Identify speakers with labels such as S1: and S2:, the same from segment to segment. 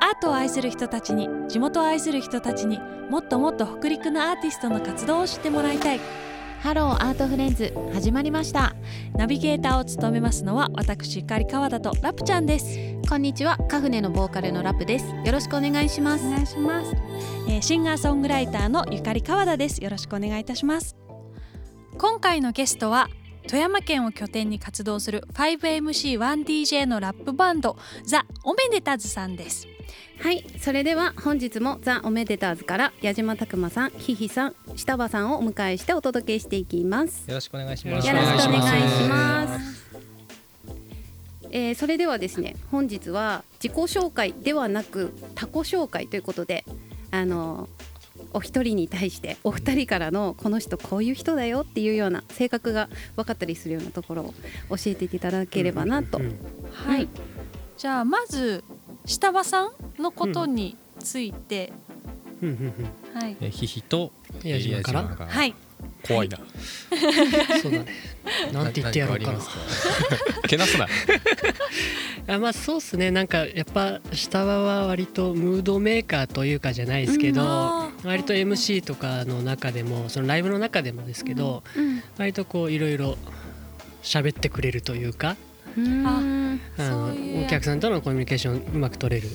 S1: アートを愛する人たちに地元を愛する人たちにもっともっと北陸のアーティストの活動を知ってもらいたい
S2: ハローアートフレンズ始まりました
S1: ナビゲーターを務めますのは私ゆかり川田とラプちゃんです
S2: こんにちはカフネのボーカルのラプですよろしくお願いします
S1: お願いします、えーシンガーソングライターのゆかり川田ですよろしくお願いいたします今回のゲストは富山県を拠点に活動する 5MC1DJ のラップバンドザ・オメデタズさんです
S3: はいそれでは本日もザ・おめでたーズから矢島拓馬さんひひさん下場さんをお迎えしてお届けしていきます
S4: よろしくお願いします。
S3: よろしくお願いし
S4: お願
S3: ま
S4: いし
S3: すえーそれではですね本日は自己紹介ではなく他己紹介ということであのお一人に対してお二人からのこの人こういう人だよっていうような性格が分かったりするようなところを教えていただければなと、
S1: はい、じゃあまず下場さんのことについて、
S5: うんうんうん
S1: はい
S4: えヒヒと
S5: 矢島から
S4: 矢が
S1: はい
S4: 怖いな。
S5: そうだね。なんて言ってやろうかな
S4: 何。かあります か。けなすな。
S5: あまあそうっすね。なんかやっぱ下場は割とムードメーカーというかじゃないですけ
S1: うん
S5: ど
S1: あ、ー
S5: 割と MC とかの中でもそのライブの中でもですけど、
S3: うん
S5: 割とこういろいろ喋ってくれるというか、
S3: うん
S1: あ
S5: あ
S1: そういう
S5: の
S1: や
S5: お客さんとのコミュニケーションうまく取れる、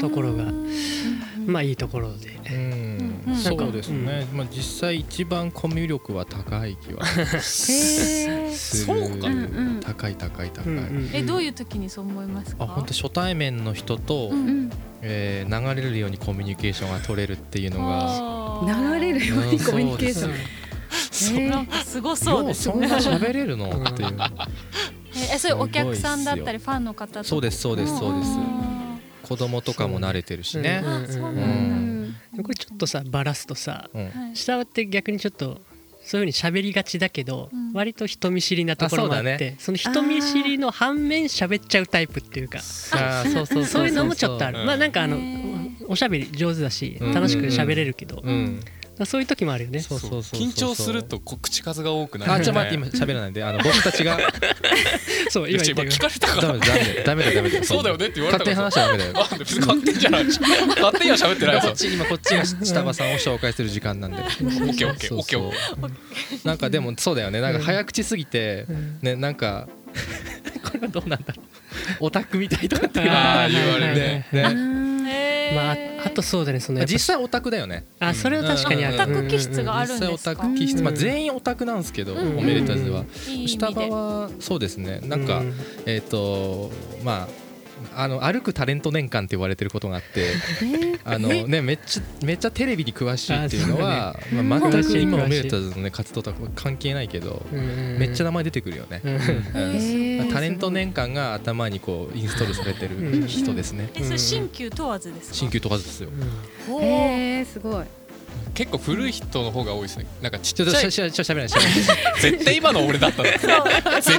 S5: ところが
S1: うーん
S5: まあいいところで。
S4: うん
S1: うん
S4: そうですね。まあ実際一番コミュ力は高い気は
S3: へー
S4: す
S5: そ
S4: る。
S5: うか
S3: うんうん
S4: 高い高い高
S5: うん
S4: い。
S5: うん
S1: えどういう時にそう思いますか
S4: あ本当初対面の人と、
S1: うん
S3: うん
S4: えー流れるようにコミュニケーションが取れるっていうのが。
S3: 流れるようにコミュニケーション、
S4: そん
S3: えー
S1: なんかすごそう
S4: よ
S1: で
S4: う
S1: す
S4: そん
S1: ね
S4: な喋れるのっていう。
S1: えそれお客さんだったりファンの方と
S4: そうですそうですそうです。
S1: あ
S4: 子供とかも慣れてるしね。
S1: ーあそうなんだ
S4: う
S3: うん
S5: でもこれちょっとさバラすとさ、
S4: うん
S1: はい
S5: 下って逆にちょっとそういうふうに喋りがちだけど、
S1: うん
S5: 割と人見知りなところもあって
S4: あ
S5: そ
S4: そうだね
S5: の人見知りの反面喋っちゃうタイプっていうか
S4: あーそうそうそう
S5: そういうのもちょっとあるまあなんかあの
S1: へー
S5: おしゃべり上手だし
S4: うん
S5: 楽しく喋れるけど、
S4: う
S5: だか
S4: ん
S5: らそういう時もあるよね
S4: そうそうそう
S6: 緊張するとこう口数が多くなる、
S4: あちょっと待って今喋らないであの僕たち が
S5: そう
S6: いや
S5: 今言ってる
S6: 今聞かれたか
S4: ダ
S6: ら
S4: メだダメだダメだダメだ
S6: そうだよねって言われ
S4: 勝手
S6: たか
S4: に
S6: ら
S4: 話しちゃダメだよ
S6: あ別に勝手じゃない勝手には喋ってな い
S4: こ
S6: ぞ
S4: っち今こっちが下場さんを紹介する時間なんでオッ
S6: ケーオッケーオッケーオッケ
S4: なんかでもそうだよねなんか早口すぎて
S5: うん
S4: ねなん かこれはどうなんだろうオタクみたいとかっていうの
S5: あ
S4: は
S5: ー
S6: 言われる
S4: ね
S3: う
S4: ね
S3: ん
S1: へー
S5: まあああとそうだねそのやっぱ
S4: 実際オタクだよね
S5: あそれは確かにある
S1: オタク気質があるん
S4: 実際
S1: で
S4: オ
S1: す
S4: タ
S1: か
S4: ク気質
S5: うん
S4: まあ全員オタクなんですけどお
S1: うん
S4: めでたずはい
S1: い意味
S4: 下場
S1: で
S4: はそうですね
S5: うん
S4: なんか
S5: う
S4: えっ、とまああの歩くタレント年間って言われてることがあってあのねめっちゃめっちゃテレビに詳しいっていうのは
S3: うだね
S4: まあ
S3: うん
S4: 全く今
S5: 詳しい
S4: のメルタズのね活動とは関係ないけど
S5: うんうん
S4: めっちゃ名前出てくるよね
S5: う。ん
S4: うん
S3: へー
S4: タレント年間が頭にこうインストールされて
S5: う
S4: る
S5: ん
S4: 人ですね。
S1: えそれ新旧問わずですか
S4: 新旧とかですよ。
S1: おー
S3: へえすごい
S6: 結構古い人の方が多いですねなんかち
S4: ち
S6: っち
S4: ょっと
S6: ゃ
S4: しゃ
S6: い
S4: しゃしゃ喋ら ないしゃべらない。
S6: 絶対今の俺だったの絶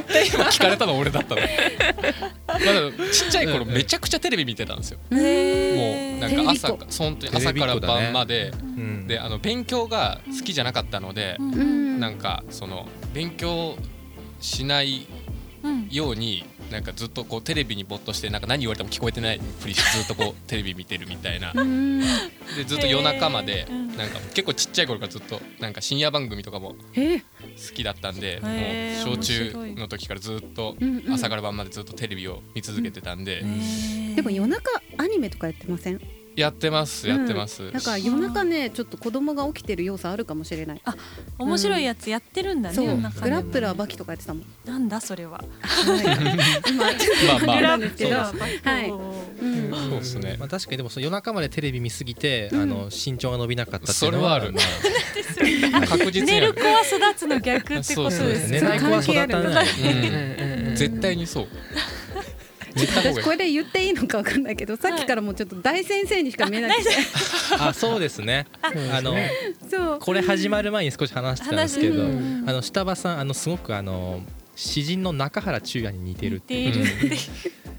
S6: 対今聞かれたの俺だったの、まあでもちっちゃい頃めちゃくちゃテレビ見てたんですよもうなんか朝か本当に朝から晩まで、
S4: うん
S6: であの勉強が好きじゃなかったので、
S1: うん
S3: うん
S6: なんかその勉強しない
S1: うん
S6: ようになんかずっとこうテレビに没頭してなんか何言われても聞こえてないふりしてずっとこうテレビ見てるみた いな
S3: うん
S6: でずっと夜中まで
S1: へーうん
S6: なんか結構ちっちゃい頃からずっとなんか深夜番組とかも
S3: え
S6: 好きだったんでも
S1: へー
S6: う小中
S1: 面白い
S6: の時からずっと
S3: うんうん
S6: 朝から晩までずっとテレビを見続けてたんで
S3: でも夜中アニメとかやってません
S6: やってますやって ます、
S3: だから夜中ねちょっと子供が起きてる要素あるかもしれない
S1: 面白いやつやってるんだね
S3: そう
S1: 夜
S3: グ
S1: 中
S3: ラ
S1: で
S3: ップラーバキとかやってたもん
S1: なんだそれは
S3: 今ちょっ
S6: まあま
S3: あ
S6: あ
S3: れなんですけど
S1: グラップラー
S3: はいうん
S6: そうですね
S4: まあ確かにでもその夜中までテレビ見すぎてあの身長が伸びなかったってい
S6: そうれ
S4: の
S6: はある
S4: ま
S6: 確実に
S1: 寝
S6: あ
S1: る
S6: る
S1: 子は育つの逆って
S6: そ
S1: こと
S6: う
S1: で
S6: そう
S1: す
S4: 寝
S1: ね
S4: ない子は育
S3: 関
S4: た
S3: 係
S4: な
S3: あ
S4: い。
S6: う
S5: うんうん
S6: ん
S5: うんうん
S6: 絶対にそう絶対
S3: 私これで言っていいのかわかんないけどさっきからもうちょっと大先生にしか見えない
S4: あそうですね。あの
S3: そう
S4: これ始まる前に少し話してたんですけど、
S1: 話
S4: あの下場さんあのすごくあの詩人の中原中也に似てるっていう
S1: 似てるっていう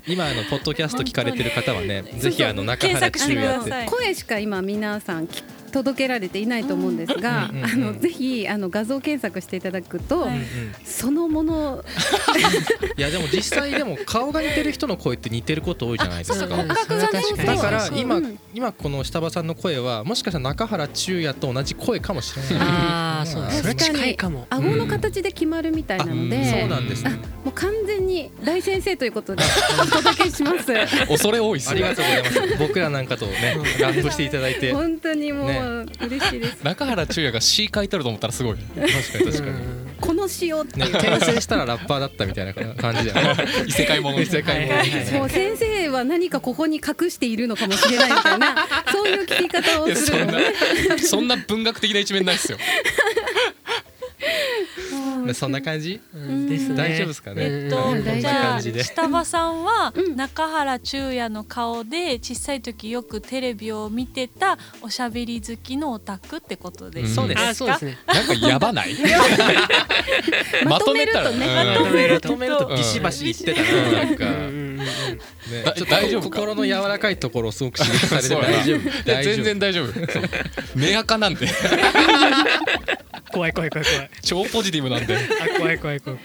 S4: 今あのポッドキャスト聞かれてる方はね
S1: 当に
S4: ぜひあの中原中也っ
S1: 検索してくださ
S4: て
S1: い
S3: 声しか今皆さんき届けられていないと思うんですが、
S4: うんうんうん
S3: あのぜひあの画像検索していただくと、
S1: はい
S4: うん
S3: そのもの
S4: いやでも実際でも顔が似てる人の声って似てること多いじゃないですか。
S5: 覚
S1: がねそう
S4: だから今
S3: うん
S4: 今この下場さんの声はもしかしたら中原中也と同じ声かもしれない。
S5: ああそうだ
S4: 確
S5: そ
S4: か
S5: れ
S4: に
S5: 近いかも
S3: 顎の形で決まるみたいなので、
S6: あ
S4: そうなんですね。
S3: もう完全に大先生ということでお届けし ます。
S6: 恐れ多いっ
S4: あ
S6: す
S4: り
S6: よ
S4: がとうございます。僕らなんかとねラップしていただいて。確
S3: 本当にも
S4: ね
S3: う嬉しいです。
S6: 中原中也が詩書いてあると思ったらすご い
S4: かに確かに。
S3: この仕様って
S4: ね転生したらラッパーだったみたいな感じだよね。
S6: 異世界もの
S4: 異世界ものみたいな
S3: もう先生は何かここに隠しているのかもしれないみたいなそういう聞き方を
S6: いや
S3: す
S6: そ
S3: る
S6: ん
S3: の
S6: なそんな文学的な一面ないっすよ
S4: ねそんな感じ？
S5: うんですね
S4: 大丈夫ですかね
S5: うん
S1: えっと、
S4: うん
S1: じゃあ
S4: こんな感じで
S1: 下場さんは
S3: うん
S1: 中原中也の顔で小さい時よくテレビを見てたおしゃべり好きのオタクってことで
S6: うん
S1: す
S6: そうです
S5: あーそうですね
S6: なんかやばない
S3: まとめるとね
S6: まとめたらうん
S4: 止めるとビシバシ言ってたななん
S5: うんう
S4: か。
S5: んうんうん
S4: ね
S6: だ
S4: ちょっと
S6: 大丈夫か
S4: 心の柔らかいところをすごく刺激されて
S6: そうやな
S4: 大丈夫
S6: いや
S4: 大丈夫
S6: 全然大丈夫目垢なんで
S5: 怖い怖い怖い怖い
S6: 超ポジティブなんで
S5: あ怖い怖い怖い怖い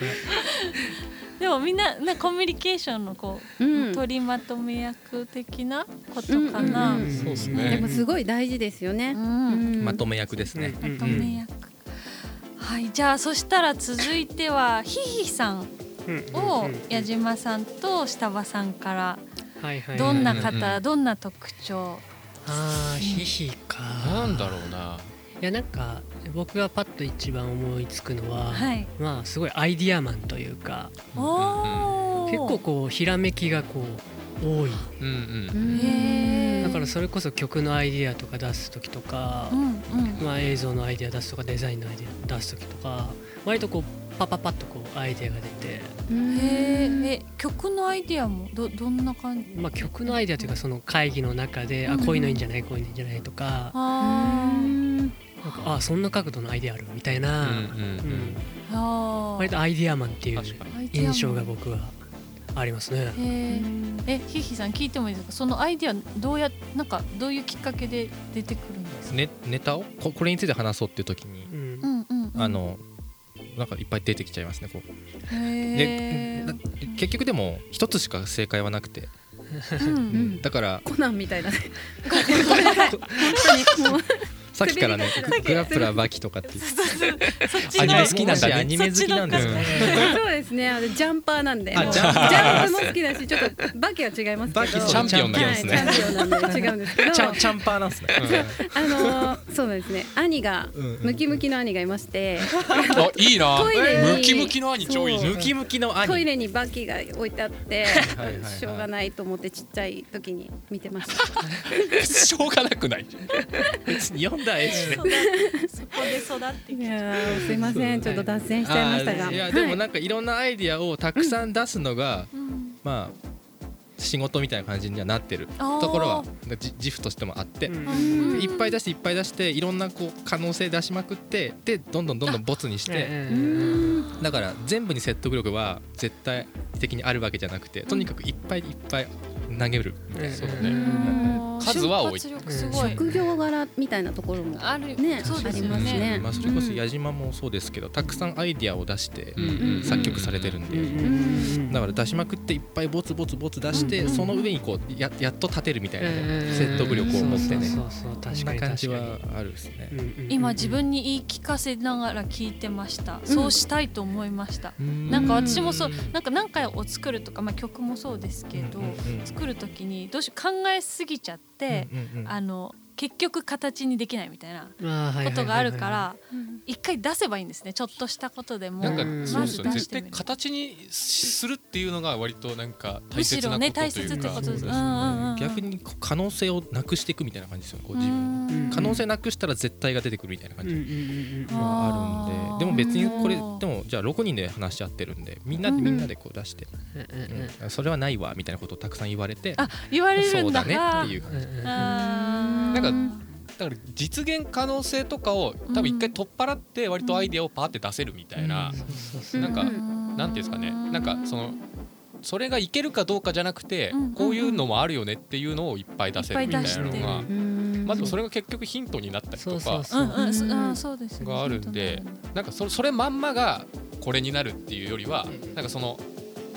S1: でもみんななコミュニケーションのこう、
S3: うん
S1: 取りまとめ役的なことかな、う
S3: う
S1: んん
S6: そうっす
S3: で
S6: ね
S3: もすごい大事ですよね。うん
S4: まとめ役ですね、
S1: まとめ役、はいじゃあそしたら続いてはひひさんを矢島さんと下場さんからどんな方、
S6: うんうんうん
S1: どんな特徴
S5: ああヒヒか
S6: なんだろうない
S5: やなんか僕がパッと一番思いつくのは、
S1: はい
S5: まあすごいアイディアマンというか
S1: おお
S5: 結構こうひらめきがこう多い
S6: うん
S3: う
S6: うん
S3: ん
S1: へー
S5: だからそれこそ曲のアイディアとか出す時とか
S1: う、んうん
S5: まあ、映像のアイディア出すとかデザインのアイディア出す時とか割とこうパパパッとこうアイディアが出て、
S1: へーえ曲のアイディアもどどんな感じ
S5: まあ、曲のアイディアというかその会議の中で、
S1: う
S5: あ
S1: ん
S5: こういうのいいんじゃないこういうのいいんじゃないとか
S1: あ
S5: なんかあそんな角度のアイディアあるみたいな、
S6: うん
S5: う
S6: うんん
S1: ーあ
S5: 割とアイディアマンっていう
S6: 確かに
S5: 印象が僕はありますね
S1: へ。ーえひひさん聞いてもいいですかそのアイディアどうやなんかどういうきっかけで出てくるんですか、
S4: ねネタをここれについて話そうっていう時に
S5: う、ん
S1: うんうんうん
S4: あのなんかいっぱい出てきちゃいますねこう
S1: へ
S4: で
S1: ー
S4: な結局でも一つしか正解はなくて
S1: うん
S3: ん
S4: だから
S3: コナンみたいだね。ごめんなさい本当にもう
S4: さっきからね「グラプラバキ」とかっていう
S1: そっち
S6: ア
S1: の
S6: ニメ好きなんだね
S4: もしアニメ好きなんですかね
S3: そうです ね。あのジャンパーなんで。
S4: あ
S3: もう
S4: ジ
S3: ジ
S4: ャンパー
S3: ャンプも好きだし、ちょっとバキは違いますけど。
S4: バキ
S6: チャンピオンだけど
S3: は
S6: で
S3: い
S6: す
S3: チ
S6: ね
S3: ャンピオンなんで違うんですけど。
S4: チャンチャンパーなんですね、
S3: あのーそうですね。兄が
S4: うんうん
S3: ムキムキの兄がいまして、
S6: あいいな
S3: トイレに
S6: ムキムキの兄超いいじゃん
S4: ムキムキの
S3: トイ
S4: 兄
S3: レにバキが置いてあって
S4: はいはいはい、
S3: しょうがないと思ってちっちゃい時に見てました。
S6: しょうがなくない
S4: 別に読んだ絵しね
S1: そこで育って
S3: いやーすいません。ちょっと脱線しちゃいました
S4: あ
S3: が。
S4: ーいやでも
S3: はい
S4: なんかいろんなアイディアをたくさん出すのが、まあ仕事みたいな感じにはなってる
S1: あー
S4: ところはじ自負としてもあって、
S1: うん
S4: いっぱい出していっぱい出していろんなこう可能性出しまくってでどんどんどんどんボツにしてだから全部に説得力は絶対的にあるわけじゃなくてとにかくいっぱいいっぱい投げるみたいな
S5: そうだ
S1: う
S6: ね
S1: ん
S6: 数は多い
S1: 瞬発力すごい
S3: 職業柄みたいなところも。
S1: ある
S3: ね
S1: そうです
S3: あり
S1: よ
S3: ますね
S1: ね
S4: まあ、それこそ矢島もそうですけどたくさんアイディアを出して
S6: うん
S3: うん
S4: 作曲されてるんで。だ
S5: だ
S4: から出しまくっていっぱいボツボツボツ出して、
S5: うんうん
S4: その上にこうややっと立てるみたいなね説得力を持ってね
S5: そうそうそう
S4: そん
S5: 確か
S4: な
S5: に
S4: 感
S5: 確
S4: じ
S5: か
S4: は
S5: に
S4: あるですね
S5: うんうんうん
S1: 今自分に言い聞かせながら聞いてました、そうしたいと思いましたな
S4: な
S1: んか私もそうなんか何回を作るとか、まあ、曲もそうですけど、
S4: うんうんうん
S1: 作る時にどうしよう考えすぎちゃって、あの結局形にできないみたいな
S5: あーはいはいはいはい
S1: ことがあるから一回出せばいいんですねちょっとしたことでも
S6: なんか
S5: うん
S6: そう
S1: ま
S6: で
S1: ず
S6: す
S1: 出
S6: ね
S1: し
S6: 絶
S1: て
S6: 対
S1: みる
S6: 形にするっていうのが割となんか
S1: む
S6: 大
S1: し
S6: 切
S1: ろ
S6: な
S1: ね
S6: ことと
S1: 大
S6: い
S1: 切っ
S6: う
S1: て
S6: か
S1: ことです、
S5: う
S1: うんんうんうん、
S4: 逆にこう可能性をなくしていくみたいな感じですよねこう自分
S1: うん
S4: 可能性なくしたら絶対が出てくるみたいな
S5: う
S4: 感
S5: んう
S4: じ
S5: んう
S4: が
S5: んうん
S4: あるんで、
S1: あー
S4: でも別にこれでもじゃあ6人で話し合ってるんでみんなでみんなでこう出して、
S5: うんうんうん
S4: うんそれはないわみたいなことをたくさん言われて
S1: あ言われる
S4: そうん
S1: だ
S4: だ
S1: が
S4: ねっていう感じ
S5: うん
S1: あ
S6: なんか
S1: ー
S6: だから実現可能性とかを多分一回取っ払って割とアイデアをパーって出せるみたいな、
S3: うん
S6: なんか、
S3: うん
S6: なんていうんですかねなんかそのそれがいけるかどうかじゃなくて、
S1: うん
S6: こういうのもあるよねっていうのをいっぱい出せるみたいなの
S5: いっ
S6: が
S5: ぱい出し
S3: う
S5: て
S3: ん
S6: まあでもそれが結局ヒントになったり
S5: そ
S6: と
S5: うそう
S6: か
S5: そう、
S1: うんうん、そ
S3: うん
S1: あそうですよね
S6: があるんでなんかそそれまんまがこれになるっていうよりはなんかその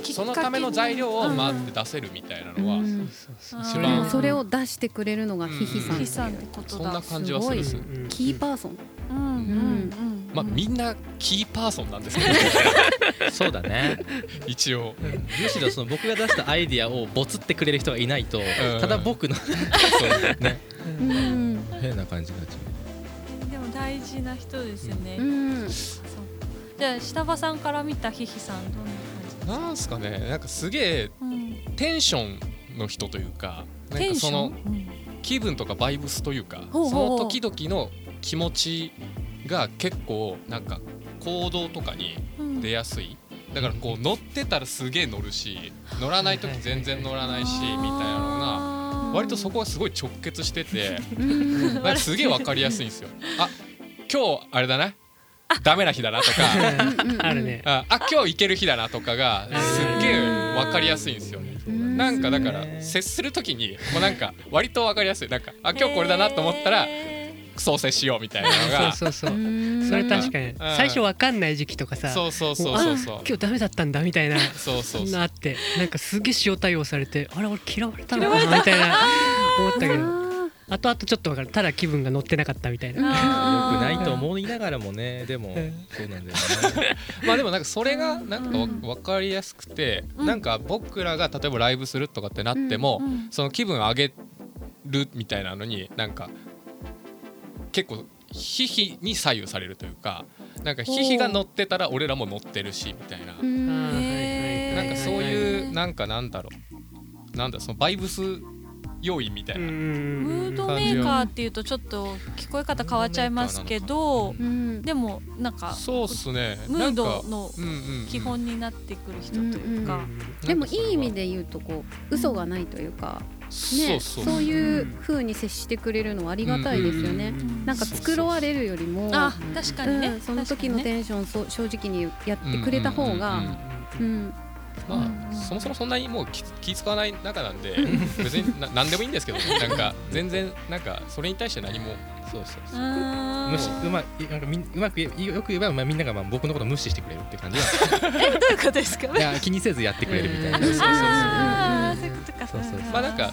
S6: そのための材料を回って出せるみたいなのは
S3: うん
S5: そうそう
S1: あー
S6: 一
S3: でも
S6: 番
S3: それを出してくれるのがヒヒさん
S1: 筆算ってこと
S6: そん
S1: だ
S6: な感じはするっす
S5: うんうんうん
S3: キーパーソン
S1: うんうんうん
S6: まあみんなキーパーソンなんですけど
S4: そうだね
S6: 一応
S4: むしろその僕が出したアイディアをボツってくれる人がいないと
S6: ん
S4: ただ僕のね
S3: うん
S4: 変な感じになっちゃう
S1: でも大事な人ですよね、
S3: うん
S1: そうじゃあ下場さんから見たヒヒさんどんな
S6: なんすかねなんかすげえ
S1: 感じ、
S6: テンションの人というか
S1: うん、
S6: なん
S1: テン
S6: か
S1: シ
S6: そ
S1: ョ
S6: の
S1: ン
S6: 気分とかバイブスというか
S1: ほうほうほう
S6: その時々の気持ちが結構なんか行動とかに
S1: うん
S6: 出やすいだからこう乗ってたらすげえ乗るし乗らない時全然乗らないしみたいなのが
S1: が
S6: 割とそこがすごい直結し てて
S3: うん
S6: なんかすげえわかりやすいんですよ。あ今日あれだなダメな日だなとか
S5: あるね
S6: ああ今日行ける日だなとかがすっげえわかりやすいんですよね。なんかだから接する時にもうなんか割とわかりやすいなんかあ今日これだなと思ったら
S1: へ
S6: 創生しようみたいなのが
S5: そうそうそううんそれ確か
S6: う
S5: に
S6: ん
S5: 最初わかんない時期とかさ
S6: そうそうそう
S5: も
S6: そうそう
S5: あ今日ダメだったんだみたいな
S6: そう
S5: そ
S6: そうんそう
S5: なあってなんかすげえ塩対応されてあれ俺嫌われたのかなみたいな思ったけどあとあとちょっと分かるただ気分が乗ってなかったみたい
S1: ー
S5: な
S1: あー
S4: よくないと思いながらもねでも
S5: うん
S4: そうなんだよね
S6: まあでもなんかそれがなんかわ
S1: うん
S6: わかりやすくて
S1: うん
S6: なんか僕らが例えばライブするとかってなっても
S1: うんうん
S6: その気分上げるみたいなのになんか結構ヒヒに左右されるというかなんかヒヒが乗ってたら俺らも乗ってるしみたいな
S5: あー
S1: へー
S6: なんかそう
S5: う
S6: いうなんかなんだろうなんだそのバイブス要因みたい
S5: ん
S6: な
S5: うん
S1: ムードメーカーっていうとちょっと聞こえ方変わっちゃいますけど
S3: うん
S1: でもなんか
S6: そうっすね
S1: ムー
S6: なん
S1: ド
S6: か
S1: の
S6: うんうんうん
S1: 基本になってくる人というか、
S3: でもいい意味
S6: で
S3: で言うとこう嘘がないというか
S6: そ
S3: ね
S6: うそう
S3: そういう風に接してくれるのはありがたいですよね
S1: ん
S3: なんか繕われるよりも
S1: あ確かにね、
S3: うんその時
S1: 確かに
S3: の
S1: ね
S3: テンションそう正直にやってくれた方
S6: うんうんうんう
S3: が
S6: ん
S3: うん
S6: ま
S1: うんう
S6: あ
S1: ん
S6: そもそもそんなにもう気気使わない中なんで別にな何でもいいんですけどねなんか全然なんかそれに対して何も
S4: そうそう
S1: う
S4: そう
S1: ーん
S4: 無視うまいなんかみんうまく言えよく言えばまあみんながまあ僕のこと無視してくれるって感じ は
S1: どういうことですか
S4: いや気にせずやってくれるみたいな
S5: うん
S4: そうそうそう
S1: ああそういうことか
S4: そうそうそう
S6: まあなんか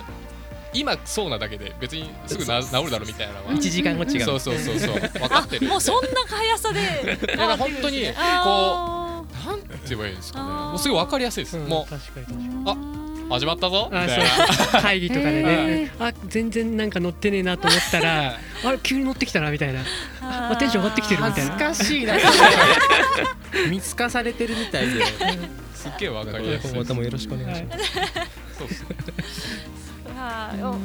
S6: 今そうなだけで別にすぐな治るだろうみたいなのは
S4: 1時間後違う
S6: そうそうそうそう分かってる
S1: もうそんな速さで
S6: だから本当にこ
S1: あ
S6: うなんて言えばいいんですかね
S1: あー
S6: もうすぐ分かりやすいです
S5: うん
S6: も
S5: 確かに確かに
S1: ー
S6: あう始まったぞみ
S5: あ
S6: たい
S5: そ
S6: な
S5: う会議とかで
S3: へ
S5: ねあ全然なんか乗ってねえなと思ったらあれ急に乗ってきたなみたいな
S1: あー
S5: テンション上がってきてるみた
S4: 恥
S5: い
S4: ず
S5: な
S4: かしいな見透かされてるみたいです
S6: っげえ分かりやすい
S4: 今後ともよろしくお願いします
S6: そうっすね
S1: あーお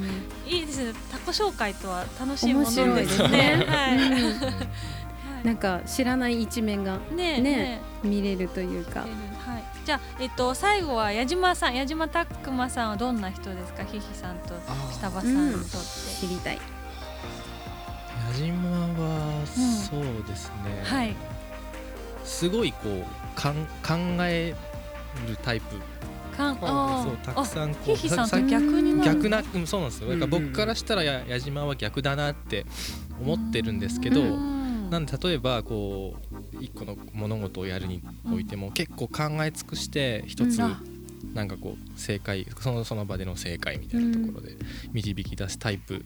S1: いいですねタコ紹介とは楽しいものです
S3: 面白いで
S1: ねは
S3: ないんか知らない一面が
S1: ねえ
S3: ね
S1: ね
S3: 見れるという
S1: え
S3: か
S1: はいじゃあえっと最後は矢島さん矢島拓馬さんはどんな人ですかひひさんと下場さんにとって
S3: 知りたい
S4: 矢島はそうですね、
S1: はい
S4: すごいこうかん考えるタイプ
S1: かんあ
S4: そう
S1: ー
S4: たくさんこ
S1: ひ
S4: う
S1: ひさん
S4: さ
S1: と逆になる
S4: 逆な、うん、そうなんですよだから僕からしたらや矢島は逆だなって思ってるんですけど、
S1: うん
S4: なんで例えばこう一個の物事をやるにおいても結構考え尽くして一つ
S1: うん
S4: なんかこう正解そのその場での正解みたいなところで導き出すタイプ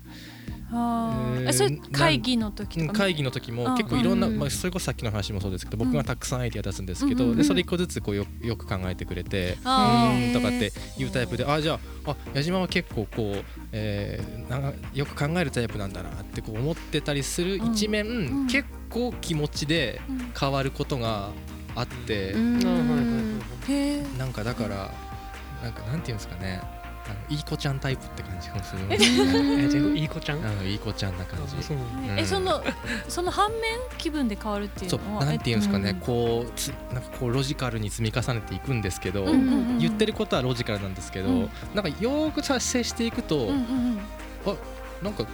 S1: あー
S4: えー
S1: えそれ会議の時とか
S4: 会議の時
S1: うん
S4: も結構いろんな、
S3: うん
S4: まあ、それこそさっきの話もそうですけど僕がたくさんアイデア出すんですけ
S1: うんうん
S4: ど
S1: うん
S4: でそれ一個ずつこうよよく考えてくれて。
S1: あー
S3: へー
S4: とかっていうタイプであじゃああ矢島は結構こう、えーなんかよく考えるタイプなんだなってこう思ってたりする一面、
S1: ん
S4: 結構気持ちで
S1: うん
S4: 変わることがあって、
S3: うん
S1: へえ
S4: なんかだからなんかなんていうんですかねあのいい子ちゃんタイプって感じがするんで
S5: え
S4: すよね
S5: じゃあいい子ちゃん
S4: あのいい子ちゃんな感じ
S5: そう
S4: うん
S1: えそのその反面気分で変わるっていう
S4: そう
S1: のは
S4: なんていうんですかね
S1: え
S4: こうつなんかこうロジカルに積み重ねていくんですけど、
S1: うんうんうん
S4: 言ってることはロジカルなんですけど、
S1: うん
S4: なんかよーく達成していくと、
S1: うんうんうん
S4: なんか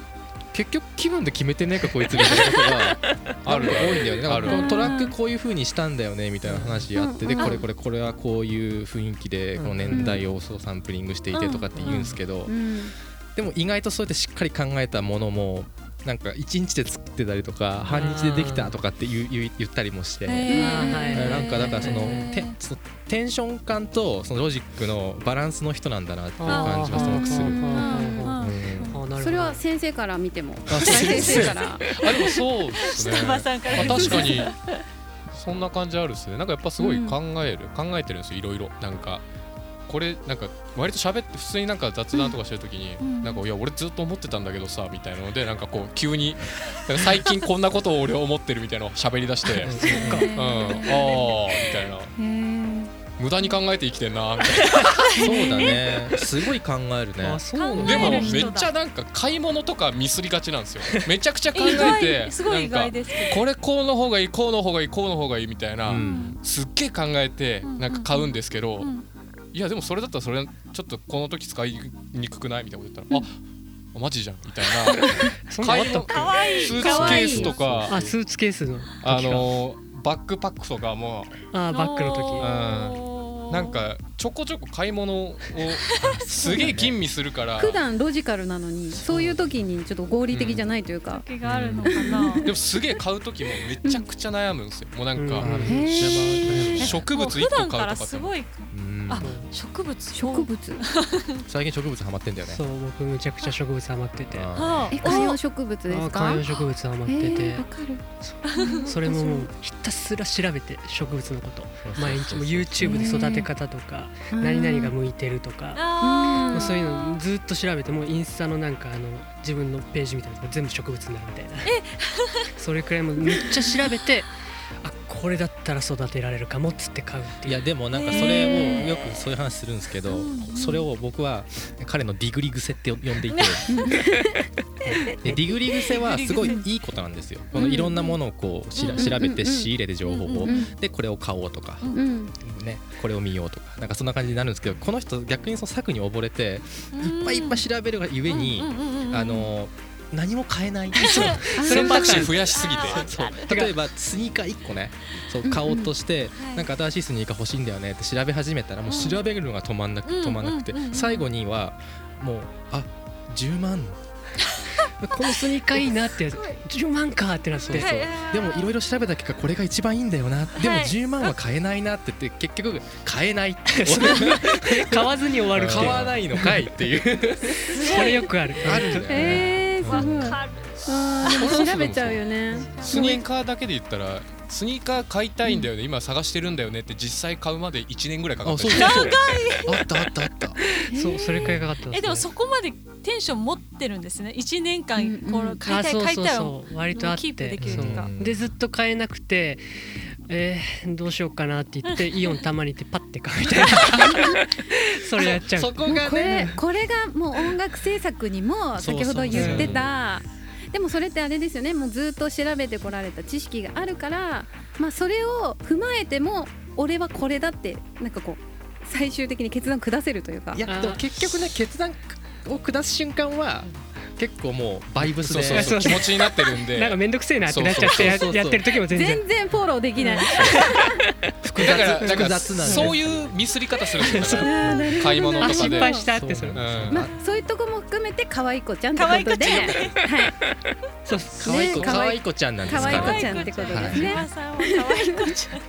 S4: 結局気分で決めてねえかこいつみたいなことがある多いんだよねなんか
S1: あ
S4: こ
S1: る
S4: のトラックこういう風にしたんだよねみたいな話やってで
S3: うん
S4: これこれこれはこういう雰囲気で
S5: う
S4: こ
S5: ん
S4: の年代をそうサンプリングしていてとかって言うんですけど
S3: うん
S4: でも意外とそうやってしっかり考えたものもなんか1日で作ってたりとか半日でできたとかって言う言う言ったりもして、
S5: ー
S4: なんかだからその
S5: へー
S4: てそのテンション感とそのロジックのバランスの人なんだなっていう感じはすごくする。
S5: あ
S4: うん
S5: ーなるほど
S3: それは先生から見ても
S4: あ
S3: 大先生から
S6: あでもそうですね。
S1: さんか
S6: まあ、確 かにそんな感じあるっすねなんかやっぱすごい考える、考えてるんですよいろいろなんかこれなんか割と喋って普通になんか雑談とかしてる時に、
S1: ん
S6: なんかいや俺ずっと思ってたんだけどさみたいなのでなんかこう急になんか最近こんなことを俺思ってるみたいなのを喋り出し て、うん、ああみたいな無駄に考えて生きてんなみたい
S4: そうだね。すごい考えるね
S5: あ。そうなんだ
S6: なでも
S1: 考える
S6: め
S1: 人だ
S6: っちゃなんか買い物とかミスりがちなんですよめちゃくちゃ考えて
S1: すごい意
S6: なん
S1: 外
S6: か
S1: ですけ
S6: これこうの方がいいこうの方がいいこうの方がいいみたいな、
S4: うん
S6: すっげえ考えて
S1: うん
S6: なんか買うんですけど、
S1: ど、うん
S6: いやでもそれだったらそれちょっとこの時使いにくくないみたいなこと言ったら、あマジじゃんみたいな
S5: そんなのあったっけ
S1: 可愛い
S6: スーツケースとか
S5: あスーツケースの時か
S6: あのーバックパックとかも
S5: あーバッグの時
S1: の
S6: なんかちょこちょこ買い物 をすげえ吟味するから
S3: 普段ロジカルなのにそういう時にちょっと合理的じゃないというか、
S1: 時があるのかな。
S6: でもすげえ買う時もめちゃくちゃ悩むんですよもうなん
S5: うん
S6: か、
S3: へ
S1: え
S3: ー
S6: 植物一
S1: もう普
S6: 個買
S1: 段
S6: うと
S1: か
S6: かっ
S1: ら
S6: て
S1: すごい
S4: うん
S1: あ植物
S3: 植物
S4: 最近植物ハマってんだよね
S5: そ。う僕むちゃくちゃ植物ハマっててあ
S4: あ
S1: はあ
S3: え観葉植物です
S5: ー
S3: か
S5: 観葉植物ハマっ
S3: え
S5: てて、
S3: ーわかる
S5: それももうひたすら調べて植物のこと
S4: ー
S5: 毎日も YouTube で育て方とか
S3: うん
S5: 何々が向いてるとか
S1: あー
S5: もうそういうのずっと調べてもうインスタのなんかあの自分のページみたいなのが全部植物になるみたいな それくらいもうめっちゃ調べてあこれだったら育てられるかもっつって買うって
S4: い
S5: いう
S4: やでもなんかそれをよくそういう話するんですけど、それを僕は彼のディグリ癖って呼ん でいてでディグリ癖はすごいいいことなんですよこのいろんなものをこうしら
S3: うん
S4: 調べて
S3: うん
S4: 仕入れて情報を
S3: うん
S4: でこれを買おうとか、
S3: うん
S4: ね、これを見ようとかなんかそんな感じになるんですけどこの人逆にその策に溺れていっぱいいっぱい調べるがゆえに
S1: うんうんうんうん
S4: あの何も買 えない
S6: 選択肢増やしすぎて
S1: あー
S4: そう 例えばスニーカー1個ねそう買おうとして
S1: はい
S4: なんか新しいスニーカー欲しいんだよねって調べ始めたらもう調べるのが止まんなく
S1: うん
S4: 止まんなくて
S1: うんうんうんうん
S4: 最後にはもうあ10万
S5: このスニーカーいいなってやつ10万かってなって
S4: そうそうでもいろいろ調べた結果これが一番いいんだよなでも10万は買えないなって言って結局買えないって
S5: 買わずに終わるっていう
S4: 買わないのかいっていう
S5: それよくある
S4: あるんだよね。
S3: えー、すごいあーでも調べちゃうよね
S6: スニーカーだけで言ったらスニーカー買いたいんだよね、今探してるんだよねって実際買うまで1年ぐらいかか
S4: あ
S6: った
S4: そ
S6: り
S4: う
S6: す
S4: そう
S6: る
S4: そうあったあったあった
S5: そうそれくらいかかってます、ね、
S1: えでもそこまでテンション持ってるんですね一年間こ
S3: うんう
S1: の
S3: ん
S1: 買いたい買いたいを
S5: う割とあっ
S1: キープ
S5: て
S1: できると
S5: そう
S1: か
S4: うん
S5: でずっと買えなくてえー、どうしようかなって言ってイオンたまに行ってパッて買うみたいなそれやっちゃう
S4: そこが
S3: これ
S4: ね
S3: これがもう音楽制作にも先ほど言ってたでもそれってあれですよねもうずっと調べてこられた知識があるから、まあ、それを踏まえても俺はこれだってなんかこう最終的に決断下せるというか
S4: いやでも結局ね決断を下す瞬間は結構もうバイブス
S6: そ
S4: で
S6: うそうそう気持ちになってるんで
S5: なんかめんどくせえなってなっちゃってや
S4: そうそうそうそう
S5: やってる時も全然
S3: 全然フォローできない、
S4: 複
S6: だから
S4: 雑
S6: だ
S4: 複
S6: から
S4: 雑なんで
S6: そういうミスり方するんですよだか
S3: あーなるほど
S6: 買い物
S5: あ
S6: とか
S5: 失
S6: で
S5: 敗したってそれ
S6: ら、うん
S3: まあ、そういうとこも含めて可愛い子ちゃんってことで
S1: 可愛い
S3: はい
S5: そう
S4: 可愛い子
S3: ね
S4: 可愛い子ちゃんなんですか
S3: 可
S4: ら
S3: 愛い子ちゃんってことですね
S1: 島さんは可愛い子ちゃん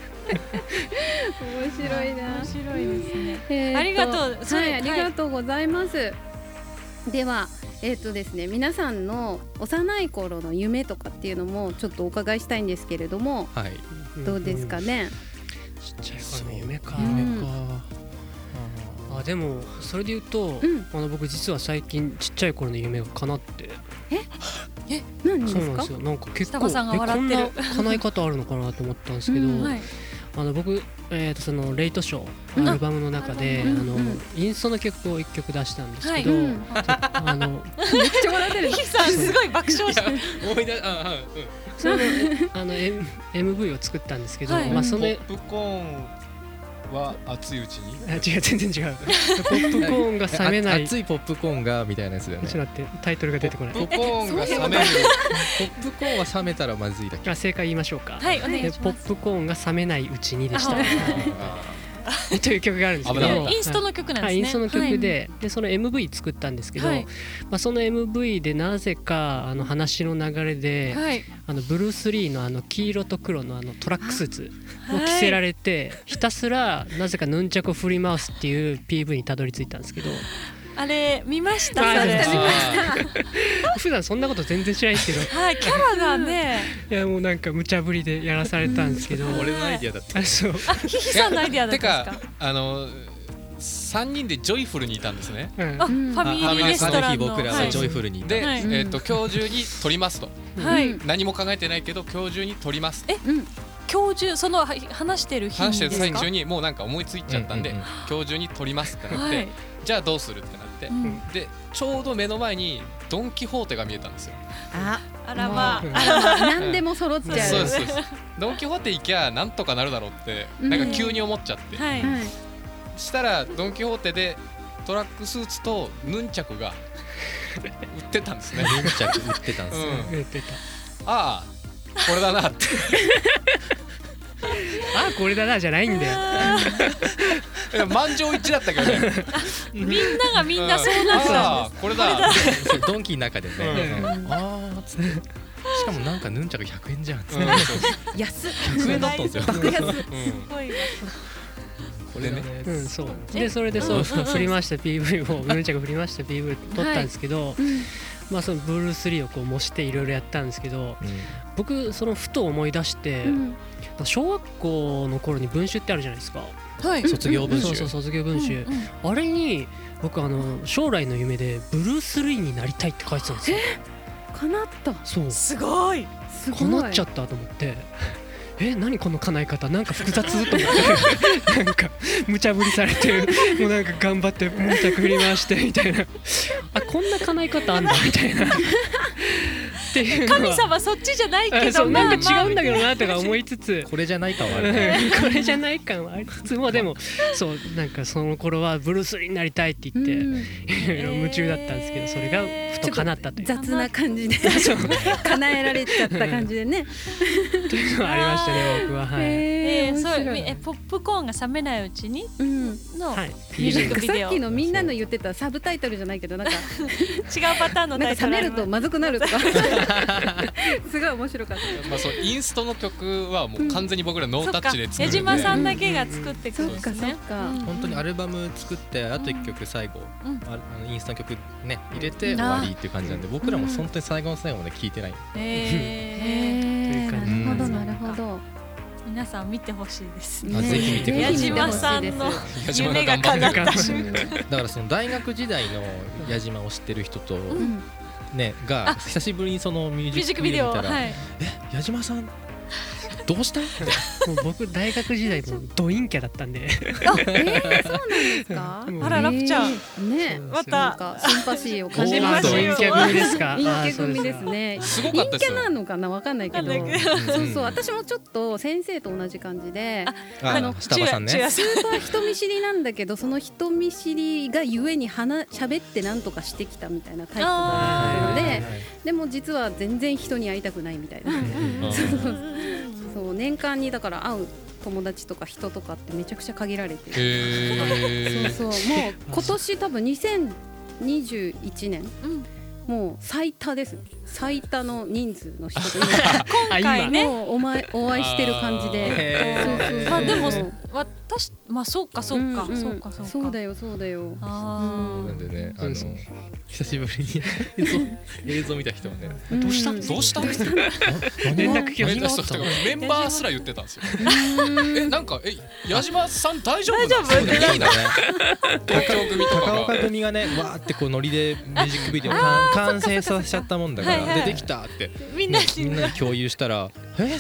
S3: 面白いな
S1: 面白いですね
S3: えーと
S1: ありがとうそれ
S3: はい、
S1: は
S3: あ
S1: い
S3: りがとうございます。では、えっ、とですね、皆さんの幼い頃の夢とかっていうのも、ちょっとお伺いしたいんですけれども。
S4: はい
S3: どうですかね。
S5: ちっちゃい頃の夢か、
S3: うん
S5: あでもそれで言うと、
S3: うん
S5: あの僕実は最近ちっちゃい頃の夢が叶って
S3: 何で
S5: そうな
S3: すか
S5: んです。よなんか結
S1: 下
S5: 構
S1: 子さんが笑ってる
S5: えこんな叶え方あるのかなと思ったんですけど、
S1: うんはい
S5: あの僕、えー、とそのレイトショ
S1: うん
S5: ーアルバムの中で、
S3: うん
S5: あの
S3: うん
S5: インストの曲を一曲出したんですけど、
S1: はい
S3: うん
S5: あ の
S3: めっちゃ笑ってる
S1: ヒ。さんすごい爆笑してる
S4: 思い出あはい
S5: そのあの、M、MV を作ったんですけど、
S1: はい
S5: まあそ
S6: ポ
S5: の
S6: ップコーンは熱いうちに
S5: あ違う全然違うポップコーンが冷めないちょ
S4: 熱いポップコーンがみたいなやつだよ
S5: っと
S4: ね
S5: 待ってタイトルが出てこない
S6: ポップコーンが冷める
S4: ポップコーンは冷めたらまずいだけ
S5: あ正解言いましょうか、
S1: はいお願
S5: で
S1: いし
S5: ポ
S1: ま
S5: ッ
S1: す
S5: プコーンが冷めないうちにでした
S1: あ
S4: あ
S1: だ。
S5: という曲があるんですけど
S6: 危なかった
S5: はい
S1: インストの曲なんですね。
S5: はい、インストの曲で,、でその MV 作ったんですけど、
S1: はい
S5: まあ、その MV でなぜかあの話の流れで、
S1: はい、はい、
S5: あのブルース・リーのあの黄色と黒のあのトラックスーツを
S1: はい
S5: 着せられて、ひたすらなぜかヌンチャクを振り回すっていう PV にたどり着いたんで すけど
S1: あれ見ました。
S5: あ
S1: それ
S5: 見ました
S6: あ
S5: 普段そんなこと全然しないんですけど
S1: はい、キャラがね、
S5: いやもうなんか無茶ぶりでやらされたんですけど
S4: 俺のアイディアだった
S5: あそう
S1: あ、ヒヒさんのアイディアだ
S6: て
S1: ったんで
S6: か
S1: すか。
S6: あの三人でジョイフルにいたんですね
S5: うん
S1: あ、ファミリーレスト
S4: あの
S1: ラ
S4: 日
S1: ンの。
S4: 僕ら
S1: は
S4: はいジョイフルにいた
S6: で、
S1: はい
S6: えっと今日中に撮りますと
S1: はい、
S6: 何も考えてないけど今日中に撮ります
S1: 今日中そのはい話してる日に
S6: 話してる
S1: です
S6: 最
S1: か
S6: 中。にもうなんか思いついちゃったんで、
S4: うんうんうん
S6: 今日中に撮りますってなっ
S1: は
S6: て、
S1: い、
S6: じゃあどうするってなって
S1: う、ん、
S6: でちょうど目の前にドン・キホーテが見えたんですよ。
S3: あ
S1: あらま
S5: うん
S1: あ、
S3: 何でも揃っち
S1: じゃあ
S6: そう
S3: ゃう
S6: ですそうですドン・キホーテ行きゃなんとかなるだろうって
S3: うん
S6: なんか急に思っちゃって、
S1: はい、
S3: はい
S6: したらドン・キホーテでトラックスーツとヌンチャクが売ってたんです ね。
S4: ヌンチャク売ってたんですよ、
S6: うん
S5: 言ってた
S6: ああこれだなって
S5: あこれだなじゃないんだよ
S6: いや満場一致だったけどね。
S1: みんなが みんなそうなってたん
S6: あ
S1: で
S6: あこれだ
S4: そうドンキの中でね、
S5: う
S4: あーっつってしかもなんかヌンチャク100円じゃんっつって、
S6: うんそうそう
S3: 安っ
S4: 100円だ ったんですよ
S3: 爆安
S6: うん
S1: すごい。
S4: これね、
S5: うん、そうでそれで
S1: うん
S5: そううん
S1: うん
S5: 振り回した PV をヌンチャク振り回した PV 撮ったんですけど、まあそのブルース・リーをこう模していろいろやったんですけど僕そのふと思い出して、小学校の頃に文集ってあるじゃないですか
S1: はい
S4: うん、。卒業文集
S5: そうそう卒業文集、
S1: うんうん
S5: あれに僕あの将来の夢でブルース・リーになりたいって書いてたんですよ
S3: 叶った
S5: そう
S1: すごい。
S3: すごい
S5: 叶っちゃったと思ってえ何この叶え方なんか複雑と思って なんか無茶ぶりされてもうなんか頑張って無茶振り回してみたいなあこんな叶え方あんだみたいなっていうのは
S1: 神様そっちじゃないけ
S5: あそ
S1: ど、
S5: うな
S1: まあ
S5: んか
S1: まあ
S5: 違うんだけどなとか思いつつ
S4: これじゃないかはあ
S5: う
S4: る
S5: ん
S4: ね
S5: これじゃない感はありつつもでもそうなんかその頃はブルース・リーになりたいって言って
S3: うん
S5: いろいろ夢中だったんですけどそれがふと叶ったという
S3: 雑な感 じで
S5: そう
S3: 叶えられちゃった感じでね
S5: というのはありましたね僕ははい。
S1: え
S3: え
S1: ー、
S3: 面
S1: そう
S3: 白い
S1: えポップコーンが冷めないうちに
S3: うん
S1: の、
S5: はい、
S1: ミュージックビ
S3: さ
S1: デオ
S3: っきのみんなの言ってたサブタイトルじゃないけどなんか
S1: 違うパターンのタ
S3: なん
S1: イ
S3: か
S1: ト
S3: 冷
S1: ル
S3: めるとまずくなると かすごい面白かっ
S6: まあそうインストの曲はもう完全に僕らノータッチで作
S1: そっか
S6: るん
S1: 江
S6: で、
S1: 島さんだけが作ってく
S3: た
S1: るん
S3: そ
S1: で
S3: っ
S1: す
S3: かそっ
S1: ね、
S3: か
S1: うん
S4: 本当にアルバム作ってあと1曲最後、
S1: うん
S4: ああのインスタの曲ね入れて
S1: うん
S4: 終わりっていう感じなんで僕らも本当に最後の最後まで聴いてない、
S1: え
S5: という感じ
S4: で
S3: なるほどなるほど
S1: ー、皆さん見てほしいです
S4: あぜひ見てください
S1: 矢島さんの
S6: 矢島
S1: 夢
S6: が
S1: が
S6: 頑張って
S1: 叶っ
S6: る
S5: る
S1: た瞬間
S4: だからその大学時代の矢島を知ってる人と、
S3: ん
S4: ね
S1: あ
S4: が久しぶりにその
S1: ミュ
S4: ミュー
S1: ー
S4: ジ
S1: ジ
S4: ッ
S1: ッ
S4: ク
S1: ク
S4: ビ
S1: ビ
S4: デ
S1: デ
S4: オ
S1: オ
S4: 見たら「
S1: はい
S4: え矢島さんどうした?」って
S5: もう 僕大学時代もうド陰キャだったん
S3: え
S5: で
S3: ーそうなんですか
S5: もう
S1: あらラプちゃん
S3: えーね
S1: ま
S3: なん
S1: た
S3: かシンパシーを
S5: ド
S3: 感じ
S5: 陰
S3: ます
S4: シンパシーを
S5: キャ組ですか
S3: 陰キャ組ですね
S6: すごかっ
S3: 陰
S6: た
S3: キ
S6: です
S3: ャ
S6: よ
S3: なのかなわかんないけど
S1: わかんないけ
S3: そう
S4: うん
S3: そう私もちょっと先生と同じ感じで
S4: あの下場さん
S1: 中
S4: ね
S1: 谷さん
S3: 本当は人見知りなんだけどその人見知りがゆえに話喋ってなんとかしてきたみたいなタイプな
S1: あー
S3: のででも実は全然人に会いたくないみたいな
S4: うん
S3: そう年間にだから会う友達とか人とかってめちゃくちゃ限られてる
S6: へー
S3: そうそうもう今年多分2021年
S1: うん
S3: もう最多です最多の人数の人と
S5: 今
S1: 今 回
S3: 今
S1: ね
S3: もうお前お会いしてる感じで。
S4: へー
S3: そうそうそう
S1: まあでも私まあそうかそうか、
S3: んん
S1: そうかそうか
S3: そうだよそうだよ。
S1: あ
S4: なん
S1: ー
S4: でね、あ
S5: そう
S4: の
S5: そう
S4: 久しぶりに映像映像見た人はね、
S3: どうした
S6: どうした
S5: 連絡来ま
S6: 変
S5: し
S6: な
S5: た
S6: 人とかメンバーすら言ってたんですよ。えなんかえ矢島さん大丈夫？
S1: 大丈夫
S6: いないんだね。東京組と
S4: 高
S6: か
S4: 岡
S6: が。
S4: 組がね、わーってこうノリでミュージックビデオ完完成させちゃったもんだから、
S1: はいはい
S4: でできたって、ね
S1: みんなに、
S4: みんなに共有したら、え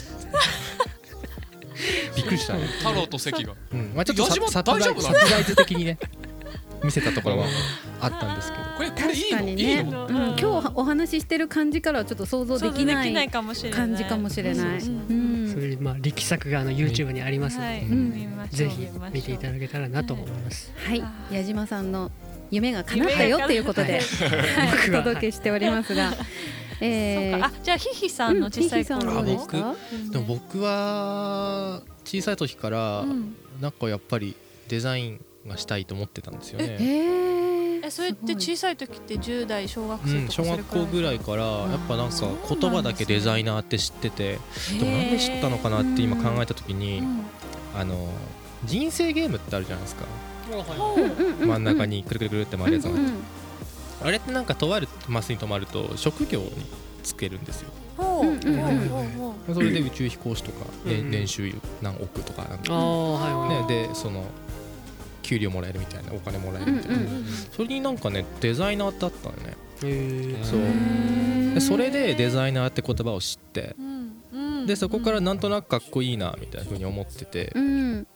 S4: びっくりしたね。
S6: 太郎と関が。
S4: うん、まあちょっと
S6: 矢島
S4: サプライ
S6: 大丈夫
S4: ズ
S6: な
S4: サ
S6: の
S4: プライズ的にね、見せたところはあったんですけど。
S6: これこれい
S3: 確
S6: い
S3: か
S6: の
S3: に
S6: いい
S3: ね。
S6: の。
S1: の
S3: うん今日お話ししてる感じからはちょっと想像できな
S1: そうできない
S3: い
S1: かもしれない
S3: 感じかもしれない。
S1: そうそう
S3: う
S5: そうんいうまあ力作があの YouTube にありますの
S1: は
S5: で、
S1: い、
S4: うん
S1: 見ましょう
S5: ぜひ
S1: ましょう
S5: 見ていただけたらなと思います。
S3: はい
S1: あー
S3: 矢島さんの夢が叶ったよっていうことで
S5: は
S3: はい
S5: い
S3: お届けしておりますが。え
S1: そう
S3: ー
S1: かあじゃあヒヒさんの小さい頃
S3: うん
S1: の、
S3: ヒヒさんどうで
S4: あ
S3: す
S4: 僕
S3: か？
S4: でも僕は小さい時から
S1: うん
S4: なんかやっぱりデザインがしたいと思ってたんですよ
S3: へ
S4: ね。
S3: え
S1: えそれって小さい時って10代小学
S4: う
S1: 生と
S4: ん、
S1: か
S4: 小学校ぐらいからやっぱなんか言葉だけデザイナーって知っててでもなんで知ったのかなって今考えた時にあの人生ゲームってあるじゃないですか真ん中にくるくるくるって回るやつがあってあれってなんかとあるマスに止まると職業につけるんですよ
S1: ほうほうほうほう
S4: それで宇宙飛行士とか、
S5: うん
S4: ね
S5: うん
S4: 年収何億とかなん
S5: あ
S4: か、
S5: あはいはい
S4: ね、でその給料もらえるみたいなお金もらえるみたいな、
S3: うん
S1: うん
S4: それになんかねデザイナーってあったのね
S5: へえ
S4: そうでそれでデザイナーって言葉を知って
S1: うんうん
S4: でそこからなんとなくかっこいいなみたいな風に思ってて
S3: うん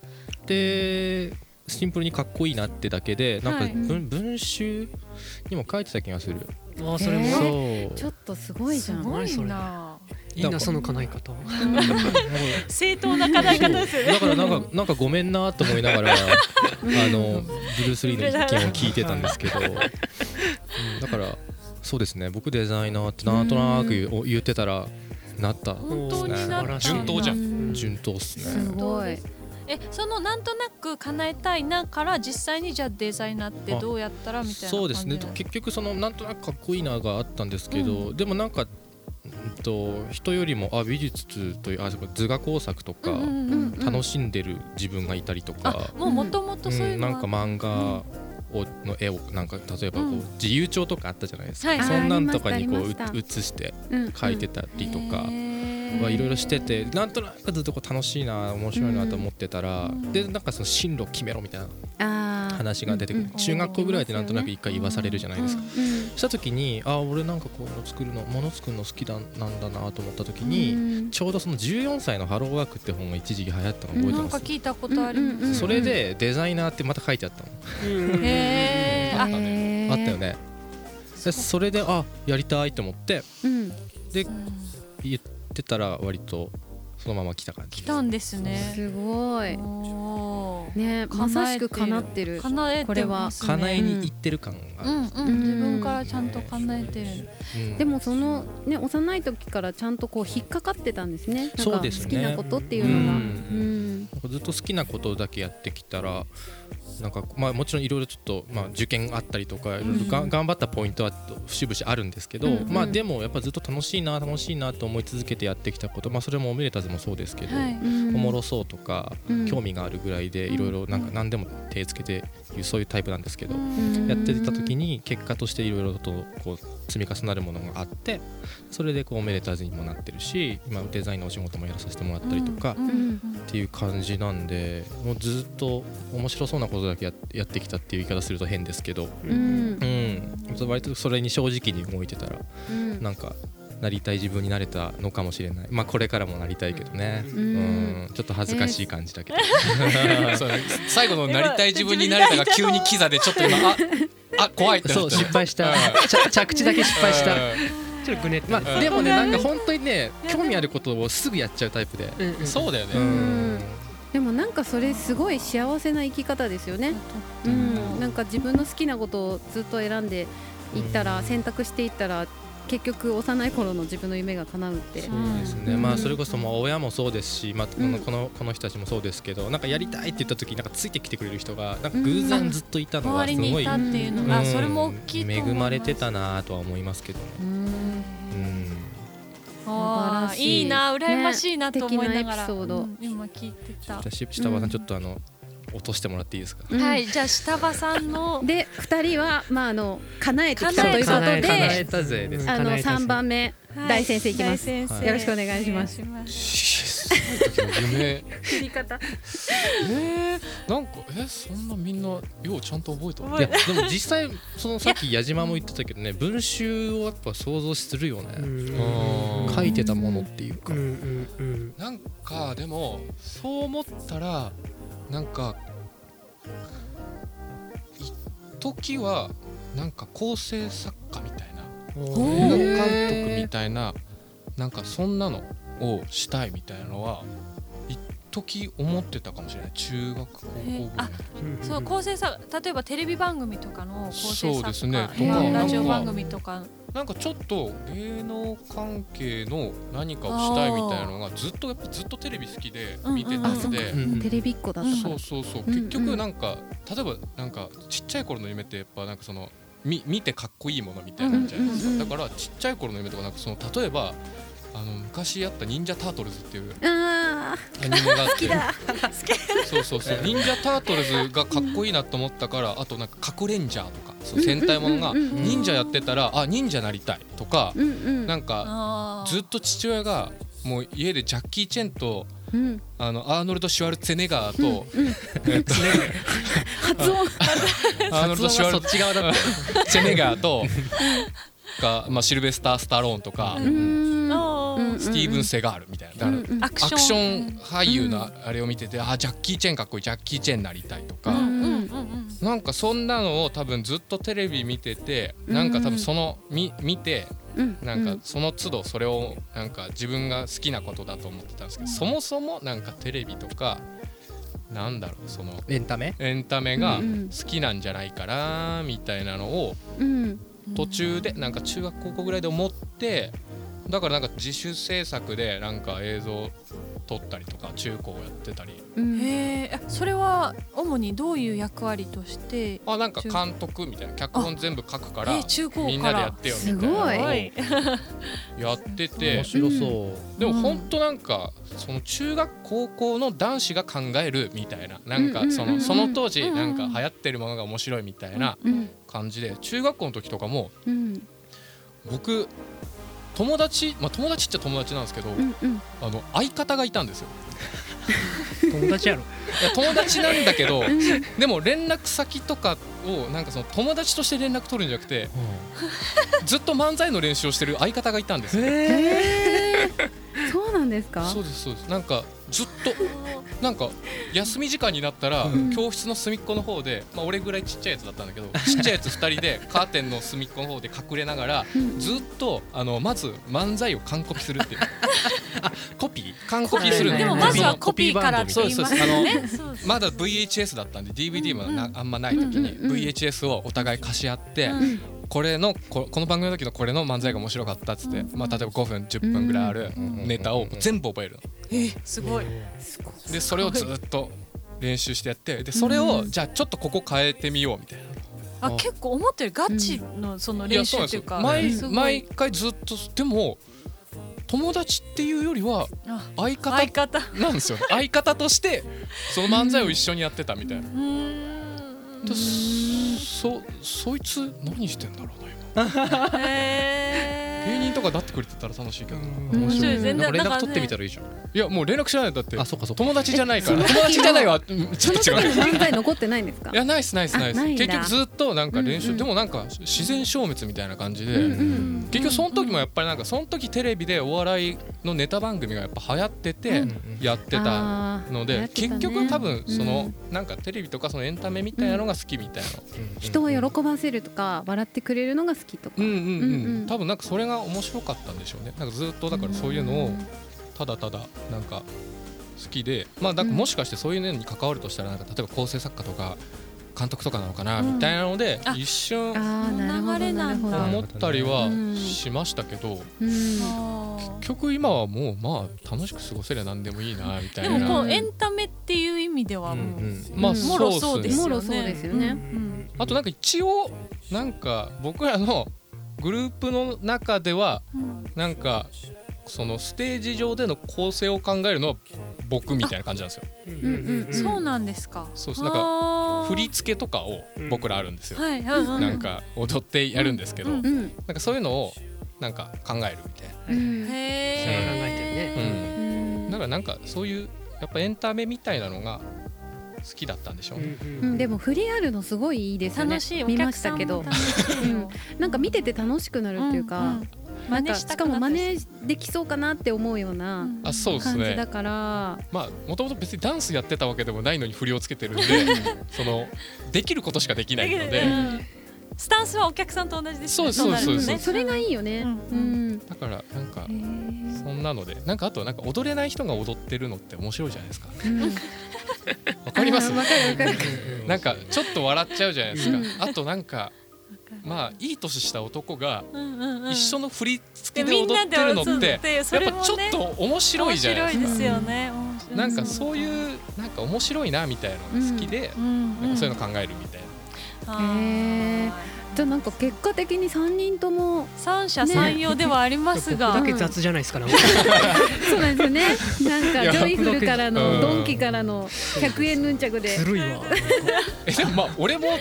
S4: でシンプルにかっこいいなってだけでなんか
S1: はい
S4: 文,、文集にも書いてた気がする
S5: ああそれも
S3: えー
S5: そう
S3: ちょっとすごいじ
S1: す
S3: ゃん
S1: ごい
S5: 何それ
S1: ない
S5: いなその叶え方
S1: 正当な課題方ですよね
S4: だからなんかなんかごめんなと思いな がらあのブルース・リーの意見を聞いてたんですけど、うんだからそうですね僕デザイナーってなんとなく言う言ってたらなった
S1: 本当になった
S6: 順当じゃん
S5: ん
S4: 順当っす
S3: す
S4: ね。
S3: ごい
S1: えそのなんとなく叶えたいなから実際にじゃあデザイナーってどうやったらみたいな感じ
S4: そうですね結局そのなんとなくかっこいいながあったんですけど、でもなんか、うん、と人よりもあ美術というあそうか図画工作とか、
S1: うんうんうん
S3: うん
S4: 楽しんでる自分がいたりとか、
S1: あもうもともとそういううんの
S4: な
S1: は
S4: んか漫画をの絵をなんか例えばこう
S1: うん
S4: 自由帳とかあったじゃないです
S1: はい
S4: かそんなんと
S3: あ
S4: か
S3: あり
S4: に
S3: ま
S4: こ
S3: した
S4: う
S3: ありました
S4: う写して
S3: うん
S4: 描いてたりとか
S1: へー
S4: はいろいろしててなんとなくずっとこう楽しいな面白いなと思ってたら
S1: うん
S4: でなんかその進路決めろみたいな
S3: あー
S4: 話が出てく
S3: う
S4: る
S3: ん
S4: 中学校ぐらいでなんとなく一回言わされるじゃないですか。
S3: うん
S4: した時にあ俺なんかこういうの作るのもの作るの好きだなんだなと思った時
S3: う
S4: に
S3: ん
S4: ちょうどその14歳の「ハローワーク」って本が一時期流行ったの覚え
S1: な
S4: て
S1: ん
S4: ま
S1: か
S4: す
S1: 聞いたことあります、
S3: うんうんうん
S4: それでデザイナーってまた書いてあったの
S1: へーあ
S3: へー
S4: あったよねでそれであやりたいと思って
S3: うん
S4: 言ってたら割とそのまま来た感じ
S1: 来たんですね
S3: すごい
S1: おー
S3: ねまさしく叶ってる
S1: 叶えてますね
S4: 叶えに行ってる感があ
S1: う
S4: る、
S1: んうん、
S3: うん
S1: 自分からちゃんと叶えてる、
S4: うん
S3: でもそのね幼い時からちゃんとこう引っかかってたんですねなんか
S4: そ
S3: 好
S4: うですね
S3: きなことっていううのがうんん
S4: なんかずっと好きなことだけやってきたらなんか、まあ、もちろんいろいろちょっと、まあ、受験があったりとかいろいろがん頑張ったポイントは節々あるんですけど、
S3: うんうん
S4: まあ、でもやっぱずっと楽しいな楽しいなと思い続けてやってきたこと、まあ、それもおめでたずもそうですけど、
S1: はい
S3: うん
S4: おもろそうとか、
S3: うん
S4: 興味があるぐらいでいろいろなんか何でも手つけていうそういうタイプなんですけど、
S1: うん
S4: やってた時に結果としていろいろとこう積み重なるものがあってそれでこうおめでたずにもなってるし今デザインのお仕事もやらさせてもらったりとか
S1: うんうんうん
S4: っていう感じなんでもうずっと面白そうなことだけややってきたっていう言い方すると変ですけど、
S3: うん
S4: うん、割とそれに正直に動いてたら
S3: うん
S4: なんかなりたい自分になれたのかもしれないまあこれからもなりたいけどね。
S3: う
S4: うんん、ちょっと恥ずかしい感じだけど、
S6: そう最後のなりたい自分になれたが急にキザでちょっと今ああ怖いってなっ
S4: そう失敗した
S6: う
S4: ちゃ着地だけ失敗した
S6: た
S5: ちょっとグネって
S4: ま
S5: ま
S4: あ、でもねなんか本当にね興味あることをすぐやっちゃうタイプで
S5: う
S6: そうだよね、
S4: うん
S3: でもなんかそれすごい幸せな生き方ですよねうんなんか自分の好きなことをずっと選んでいったら選択していったら結局幼い頃の自分の夢が叶うって
S4: そうですねまあそれこそもう親もそうですし、まあ、こ
S3: うん
S4: のこのこの人たちもそうですけどなんかやりたいって言った時なんかついてきてくれる人がなんか偶
S1: うん
S4: 然ずっといたのは
S1: 周り
S4: す
S1: に
S4: ご
S1: い
S4: い、
S1: たっていうのが、
S4: うん
S1: それも大きいと思います
S4: 恵まれてたなとは思いますけどね、
S3: うん
S4: うん、
S1: あ
S3: 素晴
S1: ー
S3: らしい
S1: いいな羨ましいなと思いなが
S3: ね素敵なエ
S1: ら、
S3: ピソード
S1: うん今聞いてた
S4: じゃあし下
S3: う
S4: 場さ
S3: ん
S4: んちょっとあの落としてもらってい いですか、
S3: うん
S1: はいじゃあ下場さんの
S3: で2人はまああの叶えてきたということ
S5: 叶え叶
S3: で
S5: え
S4: たぜです
S3: あの3番目
S1: はい
S3: 大先生いきます
S1: 大先生
S4: はい
S3: よろしくお願いします
S1: お願いし
S6: すごい時の夢
S3: 切り方
S6: えー、なんかえそんなみんなようちゃんと覚えた
S1: 覚
S4: いやでも実際そのさっき矢島も言ってたけどね文集をやっぱ想像するよね、
S6: うん
S4: 書いてたものっていうか、
S5: うんうん
S6: なんかでもそう思ったらなんか一時はなんか構成作家みたいな
S5: うん
S6: 映画監督みたいななんかそんなのをしたいみたいなのは一時思ってたかもしれない中学高校ぐ
S1: へえ
S6: らい
S1: あそう構成さ例えばテレビ番組とかの構成作家
S6: そうですね
S1: や
S3: とか
S1: ラジオ番組とか
S6: なんかちょっと芸能関係の何かをしたいみたいなのがずっとやっぱずっとテレビ好きで見てた
S1: うんうんうん
S6: ので、
S4: うん
S3: テレビっ子だったから
S6: そうそうそう、
S3: うんうん
S6: 結局なんか例えばなんかちっちゃい頃の夢ってやっぱなんかそのみ見てかっこいいものみたいなんじゃないですか、
S3: うんうんうん
S6: だからちっちゃい頃の夢とかなんかその例えばあの昔やった「忍者タートルズ」っていう
S3: あ
S6: アニメがあ ってそうそうそう 忍者タートルズがかっこいいなと思ったからあとなんか「核レンジャー」とかそう戦隊ものが
S3: うんうんうん
S1: うん
S6: 忍者やってたらあ忍者なりたいとか
S3: ーうんうん
S6: なんか
S1: あー
S6: ずっと父親がもう家でジャッキー・チェンと
S3: うん
S6: あのアーノルド・シュワルツェネガーと、
S3: うん
S6: えっと
S3: 発音
S6: アーノルド・シュワル
S5: そっち側だっ
S6: チェネガーとか、まあ、シルベスター・スタローンとか、
S3: うーん
S1: あー
S6: スティーブン・セガールみたいな、だか
S1: アク
S6: らア
S1: ション
S6: クション俳優のあれを見てて、あジャッキー・チェンかっこいいジャッキー・チェンになりたいとか、
S3: うん
S1: うんうんうん
S6: なんかそんなのを多分ずっとテレビ見ててなんか多分そのみ見てなんかその都度それをなんか自分が好きなことだと思ってたんですけどそもそもなんかテレビとかなんだろうその
S4: エンタメ
S6: エンタメが
S3: うんうん
S6: 好きなんじゃないかなみたいなのを
S3: うん
S6: 途中でなんか中学高校ぐらいで思ってだからなんか自主制作でなんか映像撮ったりとか中高やってたり
S3: うん
S1: へえそれは主にどういう役割として
S6: あなんか監督みたいな脚本全部書くから
S1: え中高から
S6: みんなでやってよみたいなのを
S3: すご
S6: やってて
S4: 面白そう
S6: でも本当なんかその中学高校の男子が考えるみたいななん
S3: うんう
S6: か
S3: ん
S6: そ
S3: うんう
S6: の
S3: ん
S6: その当時なんか流行ってるものが面白いみたいな
S3: うん
S6: 感じで中学校の時とかも
S3: うん
S6: 僕友達まあ友達っちゃ友達なんですけど
S3: うんうん
S6: あの相方がいたんですよ
S5: て友達やろ
S6: いや友達なんだけど
S3: うん
S6: でも連絡先とかをなんかその友達として連絡取るんじゃなくてずっと漫才の練習をしてる相方がいたんですよ
S3: へーそうなんですか
S6: そうですそうですなんかずっとなんか休み時間になったら
S3: ん
S6: 教室の隅っこの方で、まあ、俺ぐらいちっちゃいやつだったんだけどちっちゃいやつ2人でカーテンの隅っこの方で隠れながら
S3: うん
S6: ずっとあのまず漫才を完コピするっていうコピー完コピーする
S5: はい
S1: でも
S5: はい
S1: まずはコピーからって
S6: そう
S1: 言
S6: で
S1: い
S6: すそう
S1: ま
S6: ですすあ
S1: よねそう
S6: の
S1: です
S6: まだ VHS だったんで DVD もな
S1: うんうん
S6: あんまない時に
S3: うんうんうん
S6: VHS をお互い貸し合って
S1: うん
S6: これのここの番組の時のこれの漫才が面白かったっつってまあ例えば5分10分ぐらいある
S4: うん
S6: ネタを全部覚えるの
S1: すごい
S6: でそれをずっと練習してやってでそれをじゃあちょっとここ変えてみようみたいな
S1: あ結構思ったよりガチのその
S6: いや
S1: 練習って
S6: そうなんで
S1: い
S6: す
S1: うか
S6: よ毎
S1: すごい
S6: 毎回ずっとでも友達っていうよりは
S1: あ
S6: 相方
S1: 相方う
S6: なんですよね相方としてその漫才を一緒にやってたみ たいな
S1: ーん
S6: でそそいつ何してんだろうな今
S1: へー
S6: 芸人とかなってくれてたら楽しいけどな、
S1: 面白い
S4: な
S1: 全然
S4: んか連
S1: なんか
S4: 絡
S1: ね
S4: 取ってみたらいいじゃん
S6: いやもう連絡しないんだって
S4: あそっかそっか
S6: 友達じゃないから友達じゃないわうんち
S3: そ
S6: ょっ
S3: の
S6: と
S3: 時
S6: 違
S3: の
S6: う
S3: 漫才残ってないんですか
S6: いやないっすないっすないっ
S3: あ
S6: す
S3: ないんだ
S6: 結局ずっとなんか練
S3: う
S6: 習、
S3: んうん
S6: でもなんか自然消滅みたいな感じで、
S3: うんうん
S6: 結局その時もやっぱりなんかその時テレビでお笑いのネタ番組がやっぱ流行っててやってた
S3: あー
S6: の
S3: 流
S6: で、
S3: 行ってた
S6: 結
S3: ね
S6: 局多分その、
S3: うん
S6: なんかテレビとかそのエンタメみたいなのが好きみたいな、
S3: 人を喜ばせるとか笑ってくれるのが好きとか
S6: うんうんうん
S3: うんうん
S6: 多分なんかそれが面白かったんでしょうねなんかずっとだからそういうのをただただなんか好きでまあなんかもしかしてそういうのに関わるとしたらなんか例えば構成作家とか監督とかなのかなみたいなので
S1: あ
S6: 一瞬
S3: ああなるほ
S1: 流れ
S3: ど
S1: な
S3: なる
S1: ん
S3: ほ
S1: だ
S3: ど
S6: 思ったりは
S3: うん
S6: しましたけど
S3: うん
S1: あー
S6: 結局今はもうまあ楽しく過ごせりゃ何でもいいなみた
S1: で
S6: い
S1: もこ
S6: な
S1: うエンタメっていう意味ではもう、
S4: うん
S6: まあ
S3: うん
S1: もろそ
S6: そうう
S1: で
S6: ですす
S1: よね
S3: もろそうですよね
S1: うん
S6: あとなんか一応なんか僕らのグループの中では
S1: うん
S6: なんかそのステージ上での構成を考えるのは僕みたいな感じなんですよ。
S3: うんうんうん
S1: そうなんですか
S6: そうですなんか
S1: か
S6: 振り付けとかを僕らあるんですよ。
S1: はいはいはい
S6: なんか踊ってやるんですけど、
S1: うん
S3: うん
S6: なんかそういうのをなんか考えるみたいな。
S3: うん
S1: へ
S5: そう考え
S1: え
S5: てる
S6: うん
S3: うん
S6: だからなんかそういうやっぱエンタメみたいなのが好きだったんでしょうね。
S3: うんでも振りあるのすごいいいですよね
S1: 楽しいお
S3: 見ま
S1: 客
S3: し
S1: さ
S3: た
S1: ん
S3: け
S1: も
S3: ど
S1: 楽しいよ
S3: なんか見てて楽しくなるっていうか、
S1: んん真
S3: なん
S1: 似
S3: か
S1: し
S3: したか
S1: くな
S3: も
S1: った
S3: 真
S1: りする
S3: 似できそうかなって思うような
S1: うん
S6: あそうです
S3: 感じだ
S6: ね。
S3: から、
S6: まあもともと別にダンスやってたわけでもないのに振りをつけてるんで そのできることしかできないの
S1: だけど
S6: で
S1: うんスタンスはお客さんと同じですね
S6: そうです
S1: となるとね
S6: そうです
S3: それがいいよね。
S1: う
S3: うんん
S6: だからなんか
S3: へー
S6: そんなのでなんかあとなんか踊れない人が踊ってるのって面白いじゃないですか。
S3: うん
S6: わかります
S3: あーわかるわかる。
S6: なんかちょっと笑っちゃうじゃないですか、
S3: うん
S6: あとなんかまあいい年した男が
S1: うんうんうん
S6: 一緒の振り付けで
S1: みん
S6: 踊
S1: な
S6: っ
S1: で
S6: てるの
S1: 踊
S6: っ
S1: っててやっ
S6: やっぱちょっと面白いじゃな
S1: 面
S6: い
S1: 白い
S6: で
S1: ですすよね面白
S6: か
S1: い
S6: なんかそういうなんか面白いなみたいなのが好きで、
S1: うん
S6: なんかそういうの考えるみたいな、
S1: へえ
S3: じゃあなんか結果的に三人とも
S1: 三者三様ではあります
S5: ここ
S1: が、
S5: だけ雑じゃないですかなんか
S3: そうなん ですよねなん
S6: い
S3: か
S6: や
S3: ジョイフルから
S6: う
S3: の
S6: ん
S3: ドンキからの100円ヌンチャクで
S5: ずるいわ
S6: えでもまあ俺も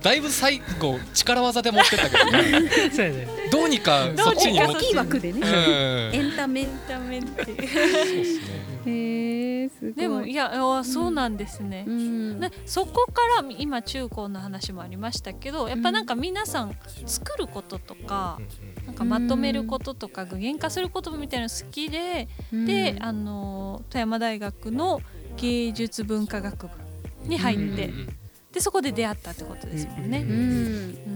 S6: だいぶ最後力技で持ってったけどね
S5: そうやね
S6: どうにかそっちに持っ
S3: 大
S6: て
S3: きい枠でね
S6: うん
S3: エンタメ
S1: ダメって
S6: そうっすね
S3: へえすごい
S1: でもいやあそうなんですね
S3: う。ん
S1: ね、そこから今中高の話もありましたけどやっぱなんか皆さん作ることとか
S4: うんうん
S1: なんかまとめることとか具現化することみたいなの好きでであの富山大学の芸術文化学部に入っ
S5: う
S1: てでそこで出会ったってことですもんね
S3: う。ん
S1: う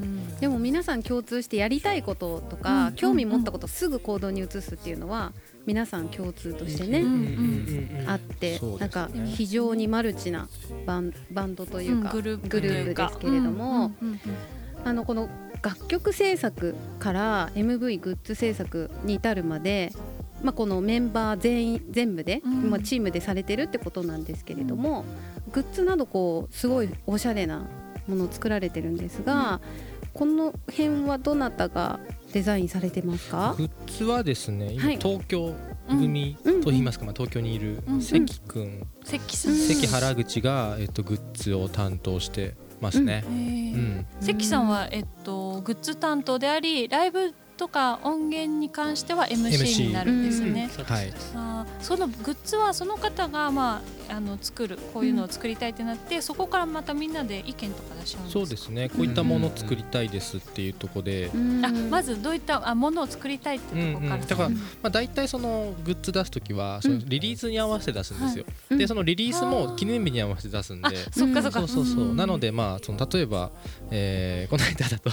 S1: ん
S3: でも皆さん共通してやりたいこととか、
S1: うん
S3: 興味持ったことをすぐ行動に移すっていうのは皆さん共通としてね、
S5: うんうんうんうん
S3: あって、
S4: そうですね
S3: なんか非常にマルチなバンバンドというか、
S1: うんグループというか
S3: ですけれども、
S1: うんうんうん
S3: あのこの楽曲制作から MV グッズ制作に至るまで、まあ、このメンバー全員全部で、
S1: うん
S3: まあ、チームでされてるってことなんですけれども、グッズなどこうすごいおしゃれなものを作られてるんですが、この辺はどなたがデザインされてますか、
S4: グッズはですね今
S3: はい
S4: 東京組と言いますか、まあ、東京にいる
S1: うん
S4: 関君、
S1: 関さん
S4: 関原口が、えっと、グッズを担当してますね。
S1: へー
S4: うん
S1: 関さんは、えっと、グッズ担当でありライブとか音源に関しては MC
S4: MC
S1: になるんです
S5: うん
S1: ね。
S5: そうです
S4: はい
S1: あーそのグッズはその方が、まあ、あの作るこういうのを作りたいってなって、そこからまたみんなで意見とか出し合うんですか
S4: そうですねこういったものを作りたいですっていうところで、
S3: うん
S1: あまずどういったあものを作りたいってとこから、
S4: うんうんだからまあ、大体そのグッズ出す時はそのリリースに合わせて出すんですよ、
S3: うん
S4: でそのリリースも記念日に合わせて出すんで
S1: あそっかそっか、
S4: そうそうそう、
S1: ん
S4: なのでまあその例えば、えーこの間だと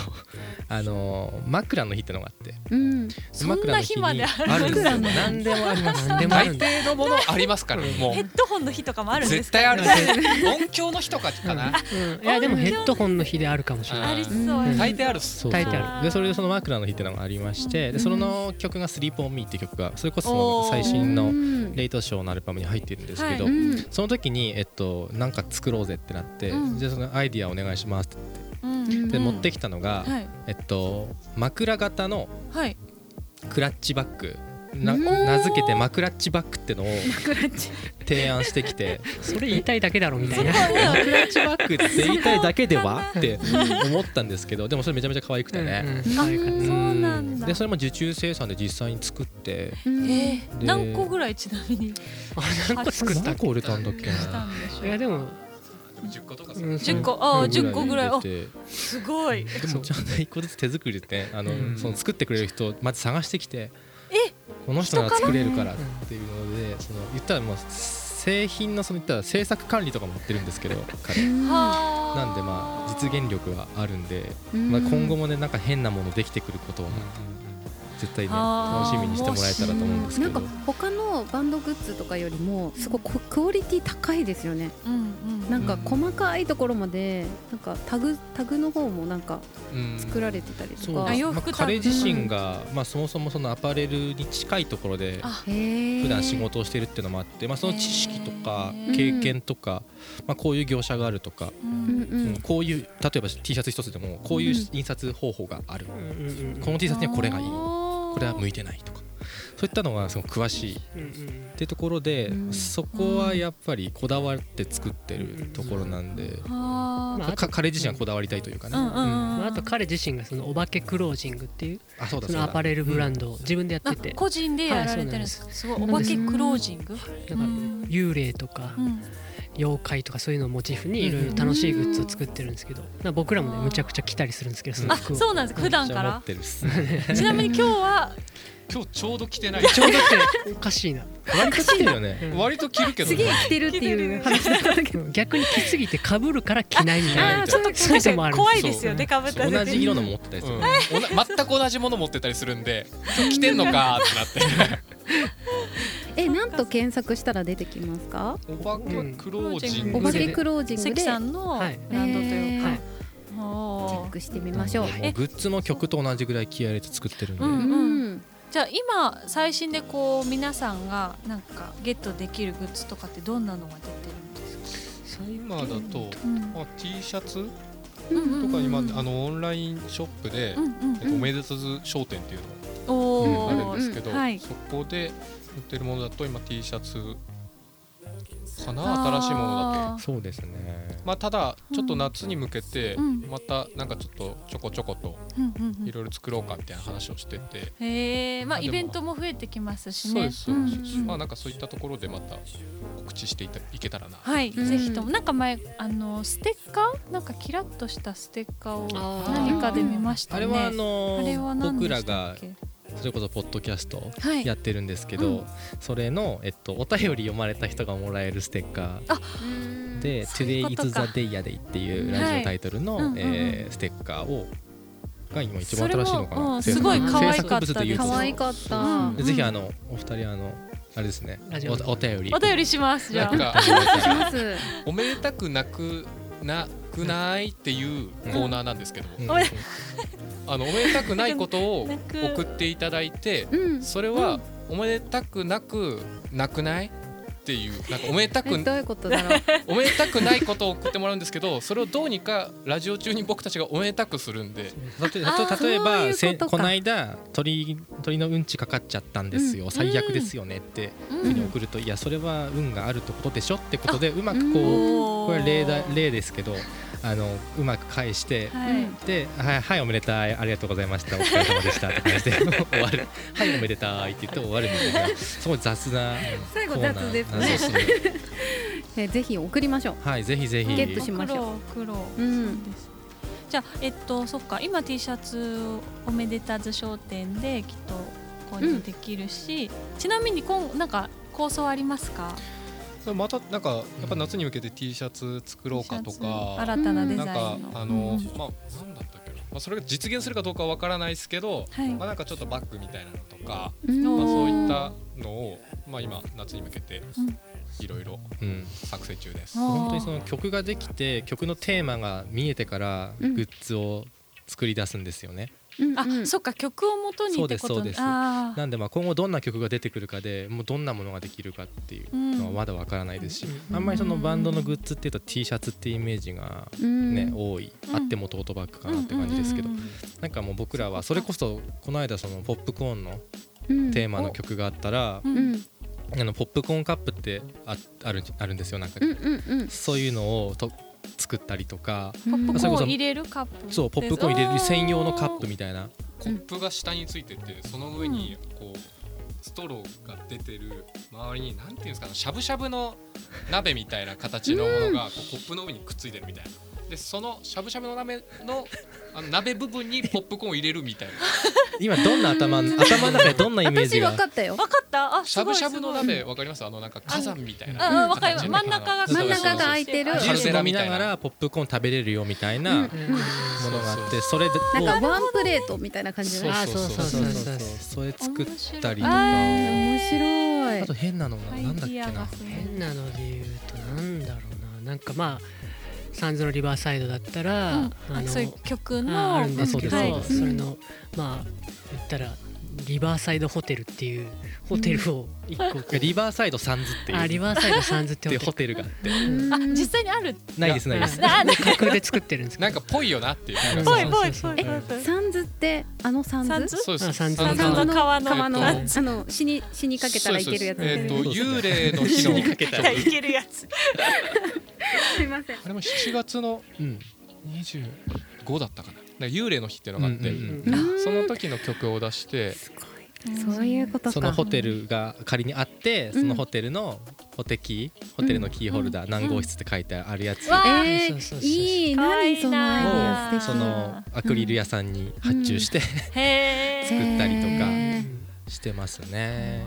S4: あのー枕の日ってのがあって
S3: うん
S1: そんな日まで
S4: あるんですよ何でもあります
S5: 何でもある
S6: 大
S5: んだ
S6: 抵のものありますからね も
S1: ヘッ
S6: う
S1: ドホンの日とかもあるんです
S6: 絶
S1: か
S6: 対ある
S5: 絶
S6: 音響の日とかかな
S5: うんいやでもヘッドホンの日であるかもしれない
S1: ありそう、
S5: うん
S6: 大抵あるっす
S4: そう
S5: 書いてあ
S1: る
S4: でそれでその枕の日ってのがありましてでその曲が「Sleep on Me」っていう曲がそれこそその最新
S3: う
S4: の
S3: ん
S4: レイトショーのアルバムに入ってるんですけど、
S1: は
S3: うん
S4: その時に、えっと、なんか作ろうぜってなって、
S1: うん
S4: じゃあそのアイディアお願いしますって
S1: うん
S4: で持ってきたのが、
S1: はい
S4: えっと、枕型の
S1: はい
S4: クラッチバッグな
S3: うん
S4: 名付けてマクラッチバッ グってのを提案してきて
S5: それ言いたいだけだろみたいな
S4: マ クラッチバッグって言いたいだけではって思ったんですけどでもそれめちゃめちゃ可愛くて
S5: うんう
S4: ね。
S5: ん可愛かった
S1: あそうなんだ
S4: でそれも受注生産で実際に作って
S3: うん
S1: えー
S4: で
S1: 何個ぐらいちなみに
S5: 何個作った
S4: 何個売れたんだっけ
S1: した
S4: なん
S1: でしょう
S5: いやでも
S6: でも10個とか
S5: うん
S1: 10個ああ
S4: うん
S1: 10個ぐらいあ
S4: 売れて
S1: すごい
S4: でもちゃんと一個ずつ手作りであの、
S5: うん
S4: その作ってくれる人をまず探してきてこの人なら作れるからっていうので、その言ったらもう製品のその言ったら制作管理とかもやってるんですけど彼
S1: は
S4: なんでまあ実現力はあるんで、
S3: うん
S4: まあ、今後もねなんか変なものできてくることは絶対ね
S1: あー
S4: 楽しみにしてもらえたらと思うんですけ
S3: なん
S4: ど
S3: か。他のバンドグッズとかよりもすごいこクオリティ高いですよね
S1: うんうん
S3: なんか細かいところまでなんかタグタグの方もなんか作られてたりと
S4: そう
S3: か
S1: あ
S4: で
S1: よ洋
S3: へ
S4: すまあ
S1: 服とか
S4: 彼自身が、まあ、そもそもそのアパレルに近いところで
S1: あ
S3: ー
S4: 普段仕事をしているっていうのもあって、まあ、その知識とか
S1: へー
S4: 経験とか、まあ、こういう業者があるとか、
S1: う
S3: うん
S1: ん
S3: うん
S4: うんこういう例えば T シャツ一つでもこういう印刷方法がある、この T シャツにはこれがいいこ
S1: こ
S4: れは向いてないとかそういったのがすごく詳しいっ
S5: うんうん
S4: てところで、
S3: うん
S4: そこはやっぱりこだわって作ってるところなんで、
S1: あー
S5: まあ
S4: か彼自身はこだわりたいというかね、
S1: うんうんうんうん
S5: まああと彼自身がそのお化けクロージングっていう
S4: あそうだ
S5: そ
S4: そう
S5: の
S4: だ
S5: アパレルブランドを自分でやっ
S1: あ
S5: てて
S1: 個人でやられてるんですかすごいお化けクロージング
S5: だから
S1: うん
S5: 幽霊とか
S1: うん
S5: 妖怪とかそういうのをモチーフにいろいろ楽しいグッズを作ってるんですけどな僕らもねむちゃくちゃ来たりするんですけどその
S1: あ
S5: 服を
S1: そうなんです普段か
S4: めっちゃ持
S1: ら
S4: ってるっす
S1: ちなみに今日 は
S6: 今日ちょうど着てない
S5: ちょうどっておかしいな
S4: 割と来てる よね
S6: 割と着るけど
S3: すげえ着てるっていう話だったけど
S5: 逆に着すぎて被るから着ないみたい
S1: あ
S5: な
S1: ーちょっと
S5: そういうのもある
S1: 怖いですよね
S5: そ
S1: かぶったら
S4: 同じ色の持ってたりする、
S6: うんおな全く同じもの持ってたりするんで今日着てんのかーってなって
S3: えなんと検索したら出てきますか
S6: お化けクロージン
S1: う
S6: グ
S1: ん
S3: お化けクロージング
S1: 関
S3: で
S1: さんの
S5: はい
S1: ブランドというか
S3: へー
S5: はい
S1: あ
S3: チェックしてみましょう。
S4: もうグッズも曲と同じぐらい気合い入れて作ってるんで、
S1: う
S3: うんん、
S1: じゃあ今最新でこう皆さんがなんかゲットできるグッズとかってどんなのが出てるんですか
S6: 今だと、あ、T シャツ
S1: うんうんうん
S6: と
S1: うん
S6: か今、あのオンラインショップで、
S1: うんうん
S6: えっとおめでたず商店っていうの
S1: お
S6: があるん
S1: ー
S6: ですけど、
S1: うんうんはい
S6: そこで売ってるものだと今 T シャツかな
S1: あー
S6: 新しいものだけ。
S4: そうですね
S6: まあ、ただちょっと夏に向けて
S1: うん
S6: またなんかちょっとちょこちょこと
S1: うんうんうん
S6: いろいろ作ろうかみたいな話をしてて、
S1: へえまあ
S6: まあで
S1: イ
S6: も
S1: ベントも増えてきますし
S6: そう
S1: ね
S6: ですそうです、
S1: うんうん
S6: まあなんかそういったところでまた告知していたいけたらな、
S1: はい、
S3: うん
S1: ぜひともなんか前あのステッカーなんかキラッとしたステッカーを
S2: あー
S1: 何かで見ました
S4: あ
S1: ね
S4: れはあのー
S1: あれは何
S4: 僕
S1: で
S4: ら
S1: した
S4: が
S1: っけ
S4: それこそポッドキャスト
S1: はい
S4: やってるんですけど、
S1: うん
S4: それの、えっと、お便り読まれた人がもらえるステッカーで「
S1: そういう
S4: Today
S1: こと
S4: is
S1: か
S4: the day ya day」っていうラジオタイトルの、
S1: はいうんうんうん
S4: えーステッカーをが今一番新しいの
S1: そ
S4: か
S1: れもう
S4: な、
S1: んすごい可愛かったです
S4: 制作物で言うと
S3: 可愛かった。
S1: うん
S4: でぜひあのお二人あのあれですね
S5: ラジオ
S4: おお便り
S1: お便りしますじゃ
S6: な
S1: あ
S6: んか
S3: ます。
S6: おめでたくなくなくないっていうコーナーなんですけど、
S4: うん
S1: おめで
S6: あのおめでたくないことを
S1: なく
S6: 送っていただいて
S3: うん。
S6: それはおめでたくなくなくないっていうなんかおめでたく
S3: えどういうことだろう。
S6: おめでたくないことを送ってもらうんですけどそれをどうにかラジオ中に僕たちがおめでたくするんで
S4: 例え
S1: あ
S4: ば
S1: ー
S4: 例えば
S3: そういうこと
S4: せん
S3: か
S4: この間鳥鳥のうんちかかっちゃったんですよ、
S1: うん
S4: 最悪ですよねって、
S1: うん
S4: ふうに送るといやそれは運があるってことでしょってことでうまくこう、
S1: おー
S4: これ例だ例ですけどあのうまく返して、
S1: はい、
S4: で「はい、はい、おめでたいありがとうございましたお疲れ様でした」って 感じで終わる「はいおめでたい」って言って終わるみたいなすごい雑な
S3: 最後
S4: コーナー
S3: 雑です
S4: あそう
S3: ね。
S4: そう
S3: えぜひ送りましょう。
S4: はいぜひぜひ
S3: ゲットしましょ
S1: 苦労苦労、
S3: うん
S1: そうですじゃあえっとそっか今 T シャツおめでたず商店できっと購入できるし、ちなみに今なんか構想ありますか
S6: それまたなんかやっぱ夏に向けて T シャツ作ろうかと
S1: T シャツ
S6: か。
S1: 新たなデザ
S6: な
S1: イ
S6: ん
S1: ン
S6: か
S1: の
S6: あの、
S1: うん
S6: まあなんだったっけな、まあ、それが実現するかどうかはわからないですけど、
S1: はい
S6: まあなんかちょっとバッグみたいなのとか、
S3: うん
S1: お
S6: まあ、
S1: ー
S6: そういったのを、まあ、今夏に向けて
S1: うん
S6: いろいろ
S4: うん
S6: 作成中です、
S1: おー
S4: 本当にその曲ができて曲のテーマが見えてからグ
S3: うん
S4: ッズを作り出すんですよね、
S3: うん
S1: あ、
S3: うん
S1: そっか曲を元にってこと
S4: そうですそうです
S1: あー
S4: なんでまあ今後どんな曲が出てくるかでもうどんなものができるかっていうのはまだわからないですし、
S5: う
S4: あんまりそのバンドのグッズっていうと T シャツってイメージが
S3: うん
S4: ね、多い、
S1: うん
S4: あってもトートバッグかなって感じですけど、
S1: うんうんうんうん
S4: なんかもう僕らはそれこそこの間そのポップコーンの
S3: うん
S4: テーマの曲があったら、
S1: う
S3: うんん
S4: あのポップコーンカップってああるあるんですよなんか、
S3: うんうんうん。
S4: そういうのをと作ったりとか
S3: ポッ
S4: それこ
S1: こ
S4: そう
S1: 入れるカップ
S4: そうポップコーン入れる専用のカップ
S1: み
S4: みたいな
S6: コップが下についててその上にこうストローが出てる周りになんていうんですかねしゃぶしゃぶの鍋みたいな形のものがこうコップの上にくっついてるみたいな。でそのしゃぶしゃぶの鍋のあの鍋部分にポップコーンを入れるみたいな
S4: 今どんな頭の頭の中でどんなイメー
S3: 私
S4: ジが
S3: わかったよ。
S1: わかったあ
S6: しゃぶしゃぶの
S1: すごいす
S6: 鍋わかりますあのなんか火山みたいな
S1: ごいああわかります
S6: 形
S1: 真
S6: の
S1: ん中が
S4: 真ん中が
S3: 空いてる
S4: ジュース飲みな
S6: カ
S4: が
S6: ルデラ
S4: らポップコーン食べれるよみたいなも
S5: うん
S4: のがあってそれを
S3: なんかワンプレートみたいな感じじゃない。
S5: あそうそ
S4: そ
S5: うそうう
S4: そう
S5: そ
S4: そううそれ作ったり
S1: 面
S4: とか
S3: 面白い
S4: あと。変なのが
S1: アイ
S4: なんだっ
S1: デ
S4: け
S1: ィア
S4: な
S1: がすごい
S5: 変なので言うとなんだろうななんかまあサンズのリバーサイドだったら、
S1: うん
S5: あ
S1: あ
S5: の
S1: そういう曲
S5: あ
S1: の
S5: あるんですけど、
S1: は
S5: そ
S1: いう
S5: それのまあ言ったらリバーサイドホテルっていうホテルを一個こう、
S4: リバーサイドサンズっていう
S5: あリバーサイドサンズっ
S4: っててい
S5: ホ
S4: うホ
S5: テル
S4: テルがあって
S5: うん
S1: あ実際にある
S4: ないですないです
S1: あ
S5: うん架空で作ってるんですけど
S6: なんかぽいよなっていう
S5: うん
S1: ぽいぽい
S5: そ
S1: ぽ
S5: うそうそう
S1: いぽい
S3: サンズってあのサンズ。
S1: サンズ
S6: そうです
S5: あサンズ
S6: サンズ
S1: サンズ
S6: の
S1: の川の
S6: 川
S3: あの
S6: え
S3: あ
S6: っと
S3: の死に死にかけたらいけるやつ。
S6: えっと
S4: そうですね
S6: 幽霊の日
S4: 死
S6: の
S4: にかけた
S1: いやいけるやつ
S3: すいません。
S6: あれも7月の
S4: うん
S6: 25だったかななんか幽霊の日っていうのがあって、
S4: うん
S5: うん
S6: その時の曲を出して
S3: すごい。そういうことか。
S4: そのホテルが仮にあってそのホテルのホテキーホテルのキーホルダー何号室って書いてあるやつ
S1: わ
S3: え
S5: そうそうそう
S3: ー、
S5: そう
S3: いい。
S1: かわい
S3: 何
S1: い
S3: そのアイ
S1: な
S3: ディア素敵。
S4: そのアクリル屋さんに発注して
S1: へ
S4: 作
S1: え
S4: ったりとか
S3: へ
S4: してますね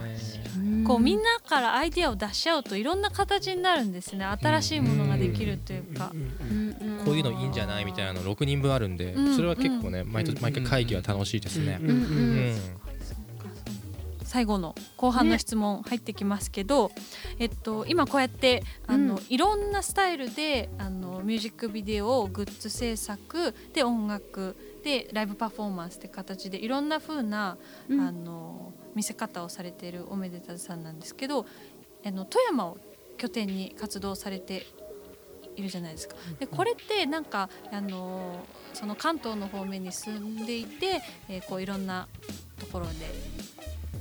S3: うん
S1: こうみんなからアイディアを出し合うといろんな形になるんですね新しいものができるというか
S5: うんうん
S3: うんうん
S4: こういうのいいんじゃないみたいなの6人分あるんで
S1: うん
S4: それは結構ね毎年毎回会議は楽しいですね
S5: うんうんうん
S4: う
S3: うん
S4: ん
S1: 最後の後半の質問入ってきますけど、えっと今こうやってあの、
S3: うん
S1: いろんなスタイルであのミュージックビデオグッズ制作で音楽でライブパフォーマンスって形でいろんな風な、
S3: うん
S1: あの見せ方をされているおめでたずさんなんですけどあの富山を拠点に活動されているじゃないですか。でこれってなんかあのその関東の方面に住んでいて、えーこういろんなところで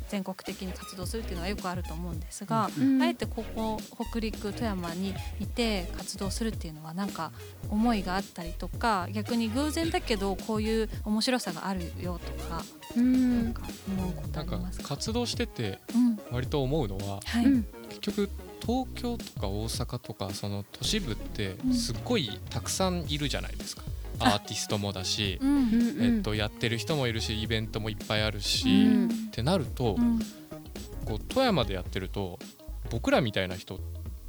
S1: 全国的に活動するっていうのはよくあると思うんですが、あえてここ北陸富山にいて活動するっていうのはなんか思いがあったりとか逆に偶然だけどこういう面白さがあるよとか
S3: うん
S1: なんか思うこと
S6: な
S1: あ
S6: ん
S1: り
S6: か
S1: ますか
S6: 活動してて
S1: うん
S6: 割と思うのは
S1: はい、
S3: うん
S6: 結局東京とか大阪とかその都市部って
S1: うん
S6: すっごいたくさんいるじゃないですか、アーティストもだし、
S1: うんうん
S6: えっと、やってる人もいるしイベントもいっぱいあるし、
S1: うん
S6: っ、てなると、
S1: うん
S6: こう富山でやってると僕らみたいな人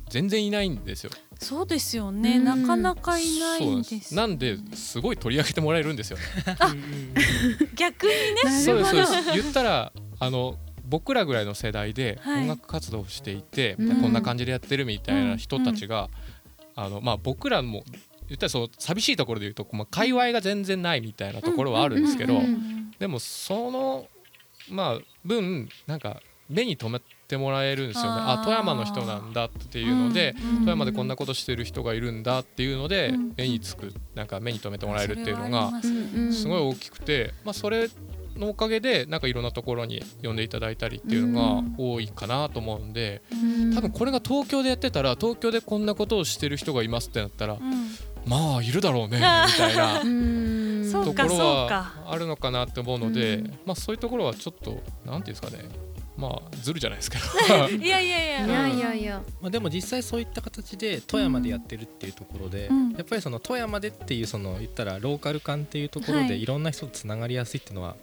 S6: 全然いないんですよ。
S1: そうですよね、
S3: うん
S1: なかなかいないんです
S6: そうなんですなんですごい取り上げてもらえるんですよ。
S5: うんうん
S1: 逆にね
S6: そうですそうです言ったらあの僕らぐらいの世代で
S1: はい
S6: 音楽活動をしていて、
S3: うん
S6: こんな感じでやってるみたいな人たちが、あのまあ、僕らも言ったらそう寂しいところで言うと、まあ、界隈が全然ないみたいなところはあるんですけど、
S3: うんうんうんうん
S6: でもそのまあ分なんか目に留めてもらえるんですよね
S1: あ
S6: あ
S1: ー
S6: 富山の人なんだっていうので、
S1: うんうん
S6: 富山でこんなことしてる人がいるんだっていうので、
S1: うん
S6: 目につくなんか目に留めてもらえるっていうの
S1: それはあ
S6: が
S1: り。ますね
S3: うん
S6: すごい大きくて、まあ、それのおかげでなんかいろんなところに呼んでいただいたりっていうのが多いかなと思うんで多分これが東京でやってたら東京でこんなことをしてる人がいますってなったら
S1: う
S6: まあいるだろうねみたい な
S1: んそ
S3: そ
S6: と
S1: う
S6: こ
S1: か
S6: ろ
S1: そうか
S6: はあるのかなって思うので、
S1: うん
S6: まあ、そういうところはちょっとなんていうんですかねまあずるじゃないですか
S1: いやいやいや
S3: いやいやいや
S4: まあ、でも実際そういった形で富山でやってるっていうところで、
S1: うん
S4: やっぱりその富山でっていうその言ったらローカル感っていうところ
S1: は
S4: で
S1: い
S4: いろんな人とつながりやすいっていうのは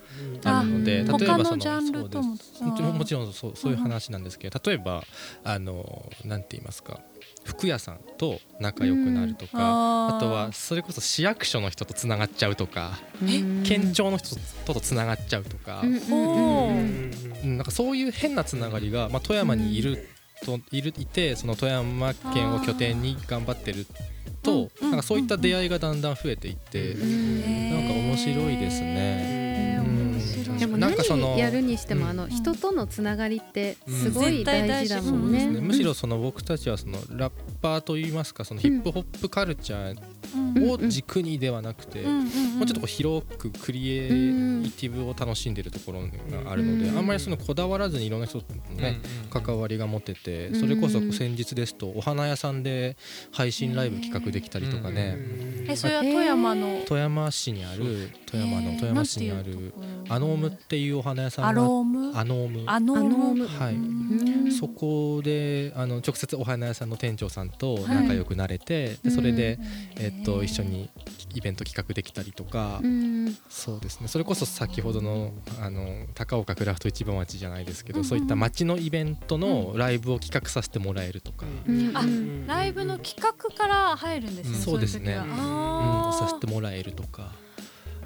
S5: うん
S4: あるので、
S3: あ
S4: 例えばそ
S1: 他のジャンルとも
S4: そうですもちろ
S1: うん
S4: んもちろんそうそういう話なんですけど例えばあのなんて言いますか服屋さんと仲良くなるとか、
S1: あー
S4: あとはそれこそ市役所の人とつながっちゃうとか、
S3: え
S4: 県庁の人ととつながっちゃうとか、
S1: お
S5: うんう
S1: ー
S5: んうん
S4: うんなんかそういう変なつながりが、まあ、富山にいるといるいてその富山県を拠点に頑張ってると
S1: うん
S4: なんかそういった出会いがだんだん増えていっ
S1: な
S4: て、
S1: ん
S4: か面白いです
S1: ね
S4: うん
S1: 面白い。
S3: でも
S4: なんかその
S3: 何やるにしてもあ
S1: う
S3: の
S1: ん
S3: 人とのつながりって
S4: うん
S3: すごい
S1: 絶対大
S3: 大
S1: 事
S3: 事だもん
S1: そ
S3: ね
S1: うで
S4: むしろその僕たちはそのラッパーといいますかそのヒップホップカルチャ
S1: うん
S4: ーを軸にではなくて、
S1: うんうん
S4: もうちょっとこう広くクリエイティブを楽しんでるところがあるので、
S3: うん
S4: あんまりそのこだわらずにいろんな人とね、関わりが持ててそれこそ先日ですとお花屋さんで配信ライブ企画できたりとかね、
S1: えそれは富山の
S4: 富山市にある富山の富山市にあるアノームっていうお花屋さ
S1: ア
S4: んが
S1: ローム
S4: アノーム
S1: アノ
S3: あの
S1: ーム
S3: む
S4: はい
S3: うん
S4: そこであの直接お花屋さんの店長さんと仲良くなれて、でそれで、えっと一緒にイベント企画できたりとか、
S3: うん
S4: そうですねそれこそ先ほどのあの高岡クラフト市場町じゃないですけど、
S1: うんうん
S4: そういった町のイベントのライブを企画させてもらえるとか、
S3: うん
S1: あライブの企画から入るんですね。
S6: うん
S4: そうですね
S1: い時は
S5: うん
S4: うん
S1: あー
S4: させてもらえるとか、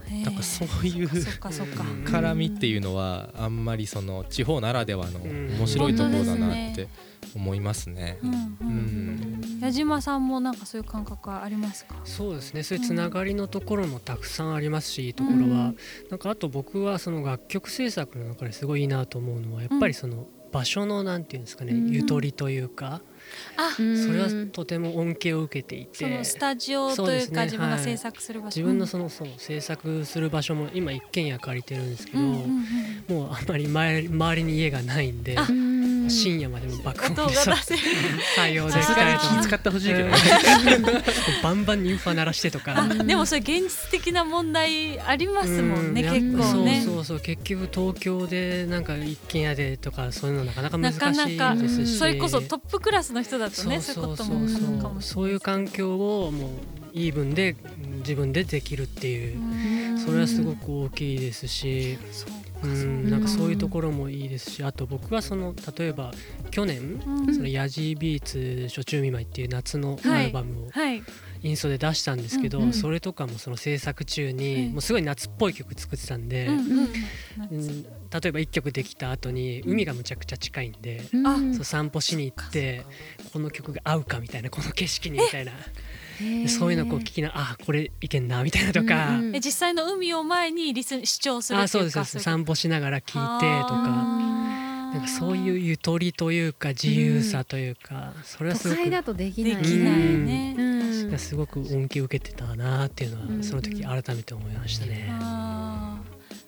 S1: へー
S4: なんかそういう
S1: そっかそっか。
S5: うん
S4: 絡みっていうのはあんまりその地方ならではの
S5: うん
S4: 面白いところだ
S1: 本当
S4: な
S1: で
S4: っ
S1: す
S4: て思いますね。
S1: うんう
S4: うんん
S1: 矢島さんもなんかそういう感覚はありますか。
S5: そうですねそういうつながりのところもたくさんありますしいいところは、
S1: うん
S5: なんかあと僕はその楽曲制作の中ですごいいいなと思うのはやっぱりその場所のなんていうんですかね、
S3: うん
S5: ゆとりというか、
S1: あ
S5: それは
S3: うん
S5: とても恩恵を受けてい
S1: そ
S5: て
S1: のスタジオ
S5: そう
S1: とい
S5: で
S1: う
S5: す
S1: か
S5: ね
S1: 自分が
S5: はい
S1: 制作する場所。
S5: 自分のそのそう制作する場所も今一軒家借りてるんですけど、
S1: うんうんうん
S5: もうあんまり前周りに家がないんで
S1: あ
S3: うん
S5: 深夜までも爆
S1: 音
S5: 音
S1: が
S5: で
S1: 出せ
S5: さ
S1: る。
S5: 対応で
S1: さ
S5: き
S1: す
S5: た
S1: が
S5: り
S1: に
S5: と
S1: 気
S5: か
S1: 遣。
S4: ってほし
S5: うん バンバンニンファ鳴らしてとか
S1: あでもそれ現実的な問題ありますもんね
S5: う
S1: 結構ね。
S5: そうそうそう結局東京でなんか一軒家でとかそういうのなかなか
S1: な
S5: 難し
S1: かないか
S5: ですし
S1: それこそトップクラスの人だとねそういうことも可能かもし
S5: そういう環境をもうイーブンでうん自分でできるってい
S1: れ
S5: う、
S1: ない。
S5: それはすごく大きいですし、
S1: そう
S5: う、
S1: かそうんか
S5: なんかそういうところもいいですしあと僕はその例えば去年
S1: うん
S5: そのヤジービーツ初中見舞いっていう夏のアルバムを
S1: はい。
S5: インストで出したんですけど、
S1: うんうん
S5: それとかもその制作中に、
S1: うん
S5: もうすごい夏っぽい曲作ってたんで、
S1: うんうん
S5: うん例えば1曲できた後に海がむちゃくちゃ近いんで、
S3: うん
S1: あ
S5: そう散歩しに行ってこの曲が合うかみたいなこの景色にみたいなでそういうのをこう聞きなあこれいけんなみたいなとか、
S1: え実際の海を前にリス主張するっていう
S5: あ
S1: か
S5: そうですそうです
S1: い
S5: 散歩しながら聞いてとか
S1: あー
S5: なんかそういうゆとりというか自由さというか、それは
S2: 都
S5: すごく
S2: 会だとでき
S1: で
S2: ない。
S1: きないね、
S2: うん
S5: いやすごく恩恵を受けてたなっていうのは、
S2: うん
S5: その時改めて思いましたね。
S1: あ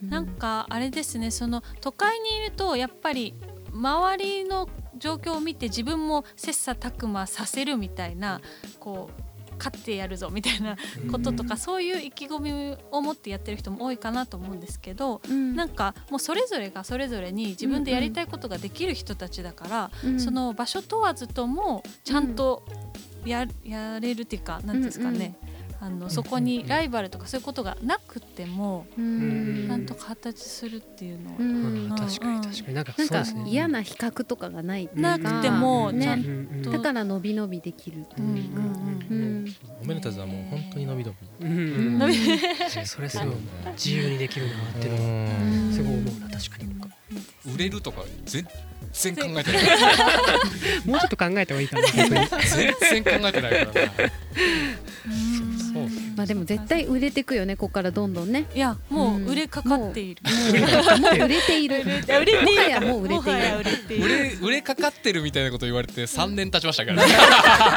S1: ーなんかあれですねその都会にいるとやっぱり周りの状況を見て自分も切磋琢磨させるみたいなこう勝ってやるぞみたいなこととかそういう意気込みを持ってやってる人も多いかなと思うんですけど
S2: うん
S1: なんかもうそれぞれがそれぞれに自分でやりたいことができる人たちだから
S2: うん
S1: その場所問わずともちゃんとや,、やれるっていうか何ですかね、あのそこにライバルとかそういうことがなくても、
S2: うん
S1: なんとか形するっていうのは、
S2: うん
S5: あー確か
S1: うん
S5: に確かになんかそ
S3: な
S5: うんで
S3: か
S5: すね。
S3: 嫌な比較とかがない
S5: うん
S1: なくても
S5: うん
S1: ちゃん
S5: う
S1: と、
S5: んうん
S2: だから伸び伸びできる。
S1: うんうん
S2: うん
S4: おめでたちはもう本当に伸び伸び
S5: うんうん
S1: 伸び
S5: それすごい自由にできるなっていうのは
S4: うん
S5: すごい思うな確かに。
S6: 売れるとか全然考 えて
S5: もうちょっと考えた方がいいかな。本当に
S6: ない全然考えてないからなそううんそう
S3: まあでも絶対売れてくよねここからどんどん ね
S1: いやもう売れかかっている、
S3: もう売れている
S1: いや売れている
S3: もはやもう売れ
S1: も
S3: て
S1: はや売
S3: い
S1: れてい
S6: 売
S1: る
S6: れ売れかかってるみたいなこと言われて三年経ちましたからね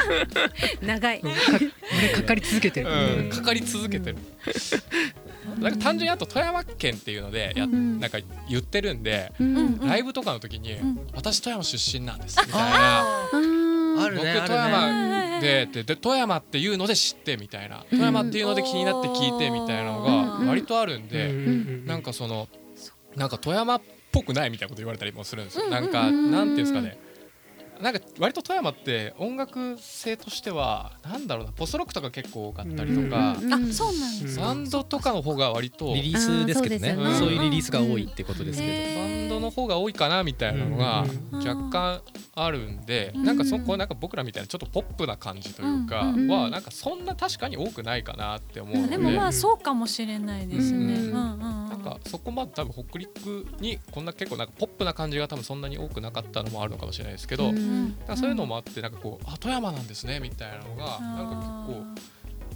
S3: る長い
S5: 俺かかり続けてる。
S6: うんかかり続けてる。なんか単純にあと富山県っていうのでや
S2: ん
S6: なんか言ってるんで、
S2: うん
S1: うんうん
S6: ライブとかの時に、
S1: ん
S6: 私富山出身なんですみたいな。
S2: うん
S4: あ
S6: 僕富山でってで富山っていうので知ってみたいな富山っていうので気になって聞いてみたいなの
S1: うん
S6: が割とあるん
S5: う
S6: で、
S5: ん
S6: なんかそのなんか富山っぽくないみたいなこと言われたりもするんです
S1: う
S6: よ、
S1: んうん
S6: なんかなんていうんですかねなんか割と富山って音楽性としてはなんだろうなポストロックとか結構多かったりとか、
S1: あそうなんです
S6: バンドとかの方が割と
S4: リリースですけどね
S2: あー
S4: そ
S6: そううですよね
S4: いうリリースが多いってことですけ
S1: へ
S6: バンドの方が多いかなみたいなのが
S1: うん
S6: 若干あるんで、
S1: うん
S6: なんかそこなんか僕らみたいなちょっとポップな感じというか
S1: うん
S2: うん
S6: はなんかそんな確かに多くないかなって思うので。
S1: でもまあそうかもしれないですね、うんうんうん、
S6: なんかそこまで多分北陸にこんな結構なんかポップな感じが多分そんなに多くなかったのもあるのかもしれないですけど、
S2: う
S6: なん
S2: ん
S6: かそういうのもあってなんかこうあ富山なんですねみたいなのがなんか結構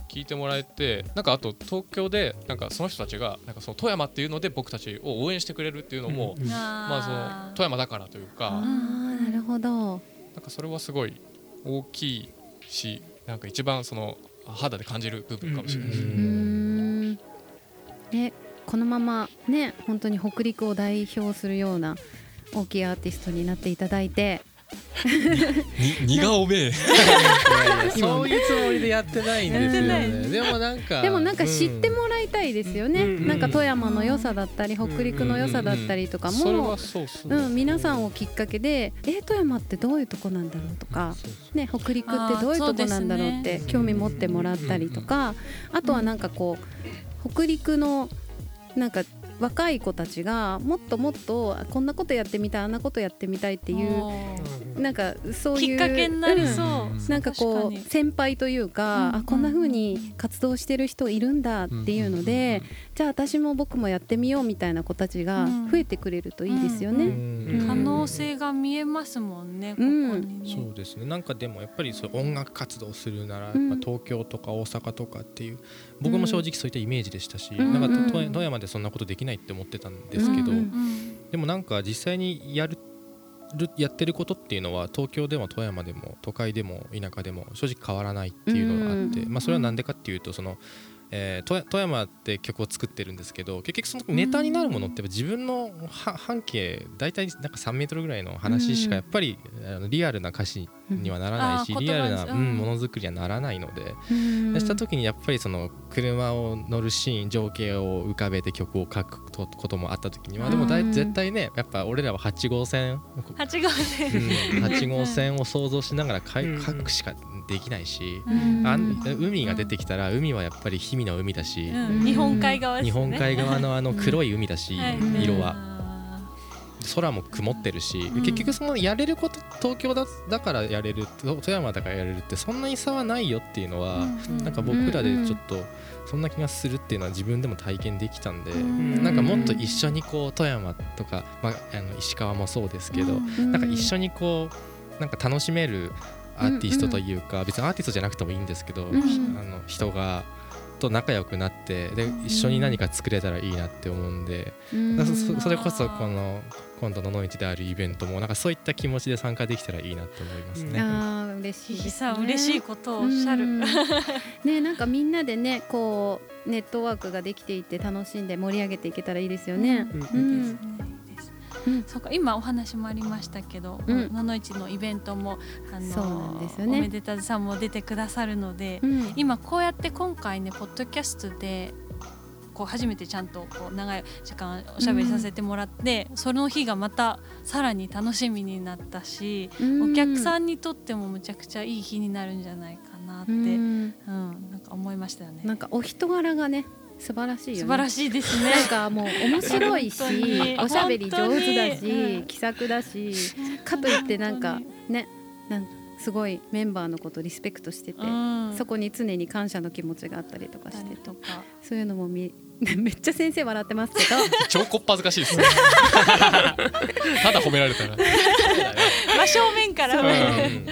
S6: 聞いてもらえてなんかあと東京でなんかその人たちがなんかその富山っていうので僕たちを応援してくれるっていうのも、
S5: うん
S6: まあ、その富山だからというか
S1: う
S2: あ
S1: ん
S2: ーなるほど。
S6: なんかそれはすごい大きいしなんか一番その肌で感じる部分かもしれないです
S5: う
S2: うーんねこのままね本当に北陸を代表するような大きいアーティストになっていただいて
S6: に荷がおめえ
S4: どそういうつもりでやってないんですよ
S1: やってな
S4: ねでもなんか
S2: でもなんか知って
S4: う
S2: もらいたいですよね、
S5: うん
S2: なんか富山の良さだったり北陸の良さだったりとかも、、
S6: それはそうそううん
S2: 皆さんをきっかけで「え富山ってどういうとこなんだろう?」とか、ね、北陸ってどういうとこなんだろうっ
S1: あーそうで
S2: て
S1: す
S2: 興味持ってもらったりとかあとはなんかこう北陸のなんか若い子たちがもっともっとあこんなことやってみたいあんなことやってみたいっていうなんかそういう
S1: きっかけになり
S2: うん
S1: そう、
S6: うん
S2: なんか
S1: 確
S2: こ
S1: に
S2: う先輩というか、
S1: うん
S2: あこんな風に活動してる人いるんだっていうので、じゃあ私も僕もやってみようみたいな子たちが増えてくれるといいですよね。
S4: ん
S5: うん
S1: 可能性が見えますもんね、
S2: うん
S1: ここにね
S4: そうですねなんかでもやっぱりそう音楽活動するならやっ
S2: うん
S4: ぱ東京とか大阪とかっていう僕も正直そういったイメージでしたし、
S2: ん
S4: なん
S2: うん
S4: かと富富山でそんなことできないって思ってたんです
S2: うんうん
S4: けど、
S1: うん
S4: でもなんか実際にやるるやってることっていうのは東京でも富山でも都会でも田舎でも正直変わらないっていうのがあって、
S1: うん
S4: まあ、それは何でかっていうとその、えー富富山って曲を作ってるんですけど結局そのネタになるものってやっぱ自分のは半径大体なんか3メートルぐらいの話しかやっぱり、あのリアルな歌詞にはならないし、
S1: うんあー
S4: リアルな、
S1: 言葉です
S4: う
S1: うん
S4: んものづくりにはならないので、
S2: うん
S4: した時にやっぱりその車を乗るシーン情景を浮かべて曲を書くとこともあった時にはでもだい
S2: うん
S4: 絶対ねやっぱ俺らは8号線、
S1: 八号
S4: う
S1: 線、
S4: ん、8号線を想像しながら書い
S5: うん
S4: 書くしかできないし、
S1: うん
S4: あん海が出てきたら海はやっぱり氷見の海だし、
S1: うん日本海側ですね
S4: 日本海側のあの黒い海だし、
S1: はい
S4: 色は空も曇ってるし、
S1: ん
S4: 結局そのやれること東京だだからやれると富山だからやれるってそんなに差はないよっていうのは。なんか僕らでちょっとそんな気がするっていうのは自分でも体験できたんで、
S5: ん
S4: なんかもっと一緒にこう富山とか、まあ、あの石川もそうですけど、
S1: うん
S4: なんか一緒にこうなんか楽しめるアーティストというか、別にアーティストじゃなくてもいいんですけど、
S3: ん
S4: あの人がと仲良くなってで一緒に何か作れたらいいなって思うんで、だからそそれこそこの今度の野市であるイベントもなんかそういった気持ちで参加できたらいいなと思いますね。
S3: あー嬉しい
S1: 日
S3: です、
S1: 比さ
S3: ね、
S1: ん嬉しいことをおっしゃ
S3: う
S1: る
S3: ん ねなんかみんなでねこうネットワークができていて楽しんで盛り上げていけたらいいですよね。
S5: うん
S1: いい
S3: う
S1: です
S3: ん
S1: ねいいですね
S3: うん
S1: そうか今お話もありましたけど、
S3: うん
S1: 野々市のイベントもあの
S3: そうなんですよね
S1: おめでたずさんも出てくださるので、
S3: うん
S1: 今こうやって今回ねポッドキャストでこう初めてちゃんとこう長い時間おしゃべりさせてもらって、その日がまたさらに楽しみになったし、お客さ
S3: んっ
S1: んにとってもむちゃくちゃいい日になるんじゃないかなって、
S3: て
S1: うんなんか思いましたよね。
S3: なんかお人柄がね素晴らしいよね。
S1: 素晴らしいですね。
S3: なんかもう面白いし
S1: 本当に
S3: おしゃべり上手だ
S1: 本当にうん
S3: し気さくだしかといってなんか
S1: 本
S3: ねなんかすごいメンバーのことリスペクトしてて
S1: 当にうん
S3: そこに常に感謝の気持ちがあったりとかして
S1: 誰とか
S3: そういうのも見 めっちゃ先生笑ってますけど
S6: 超こっぱずかしいですねただ褒められたら
S1: 真正面から
S6: そう
S1: ね
S6: ん
S4: うん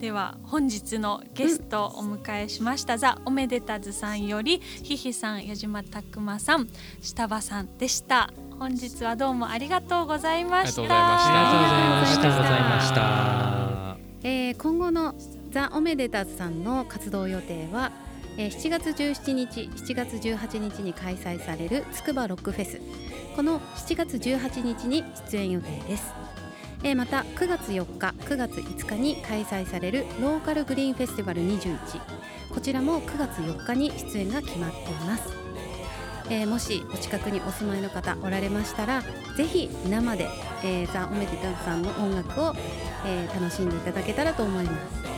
S1: では本日のゲストをお迎えしました、ザ・おめでたずさんよりひひさん矢島拓馬さん下場さんでした本日はどうもありがとうございました
S6: ありがとうございました
S5: ありがとうございました
S4: あ
S3: えー今後のザ・オメデタズさんの活動予定は、えー7月17日7月18日に開催されるつくばロックフェスこの7月18日に出演予定です、えーまた9月4日9月5日に開催されるローカルグリーンフェスティバル21こちらも9月4日に出演が決まっていますえーもしお近くにお住まいの方おられましたらぜひ生で、えー、ザ・オメデタズさんの音楽をえー楽しんでいただけたらと思います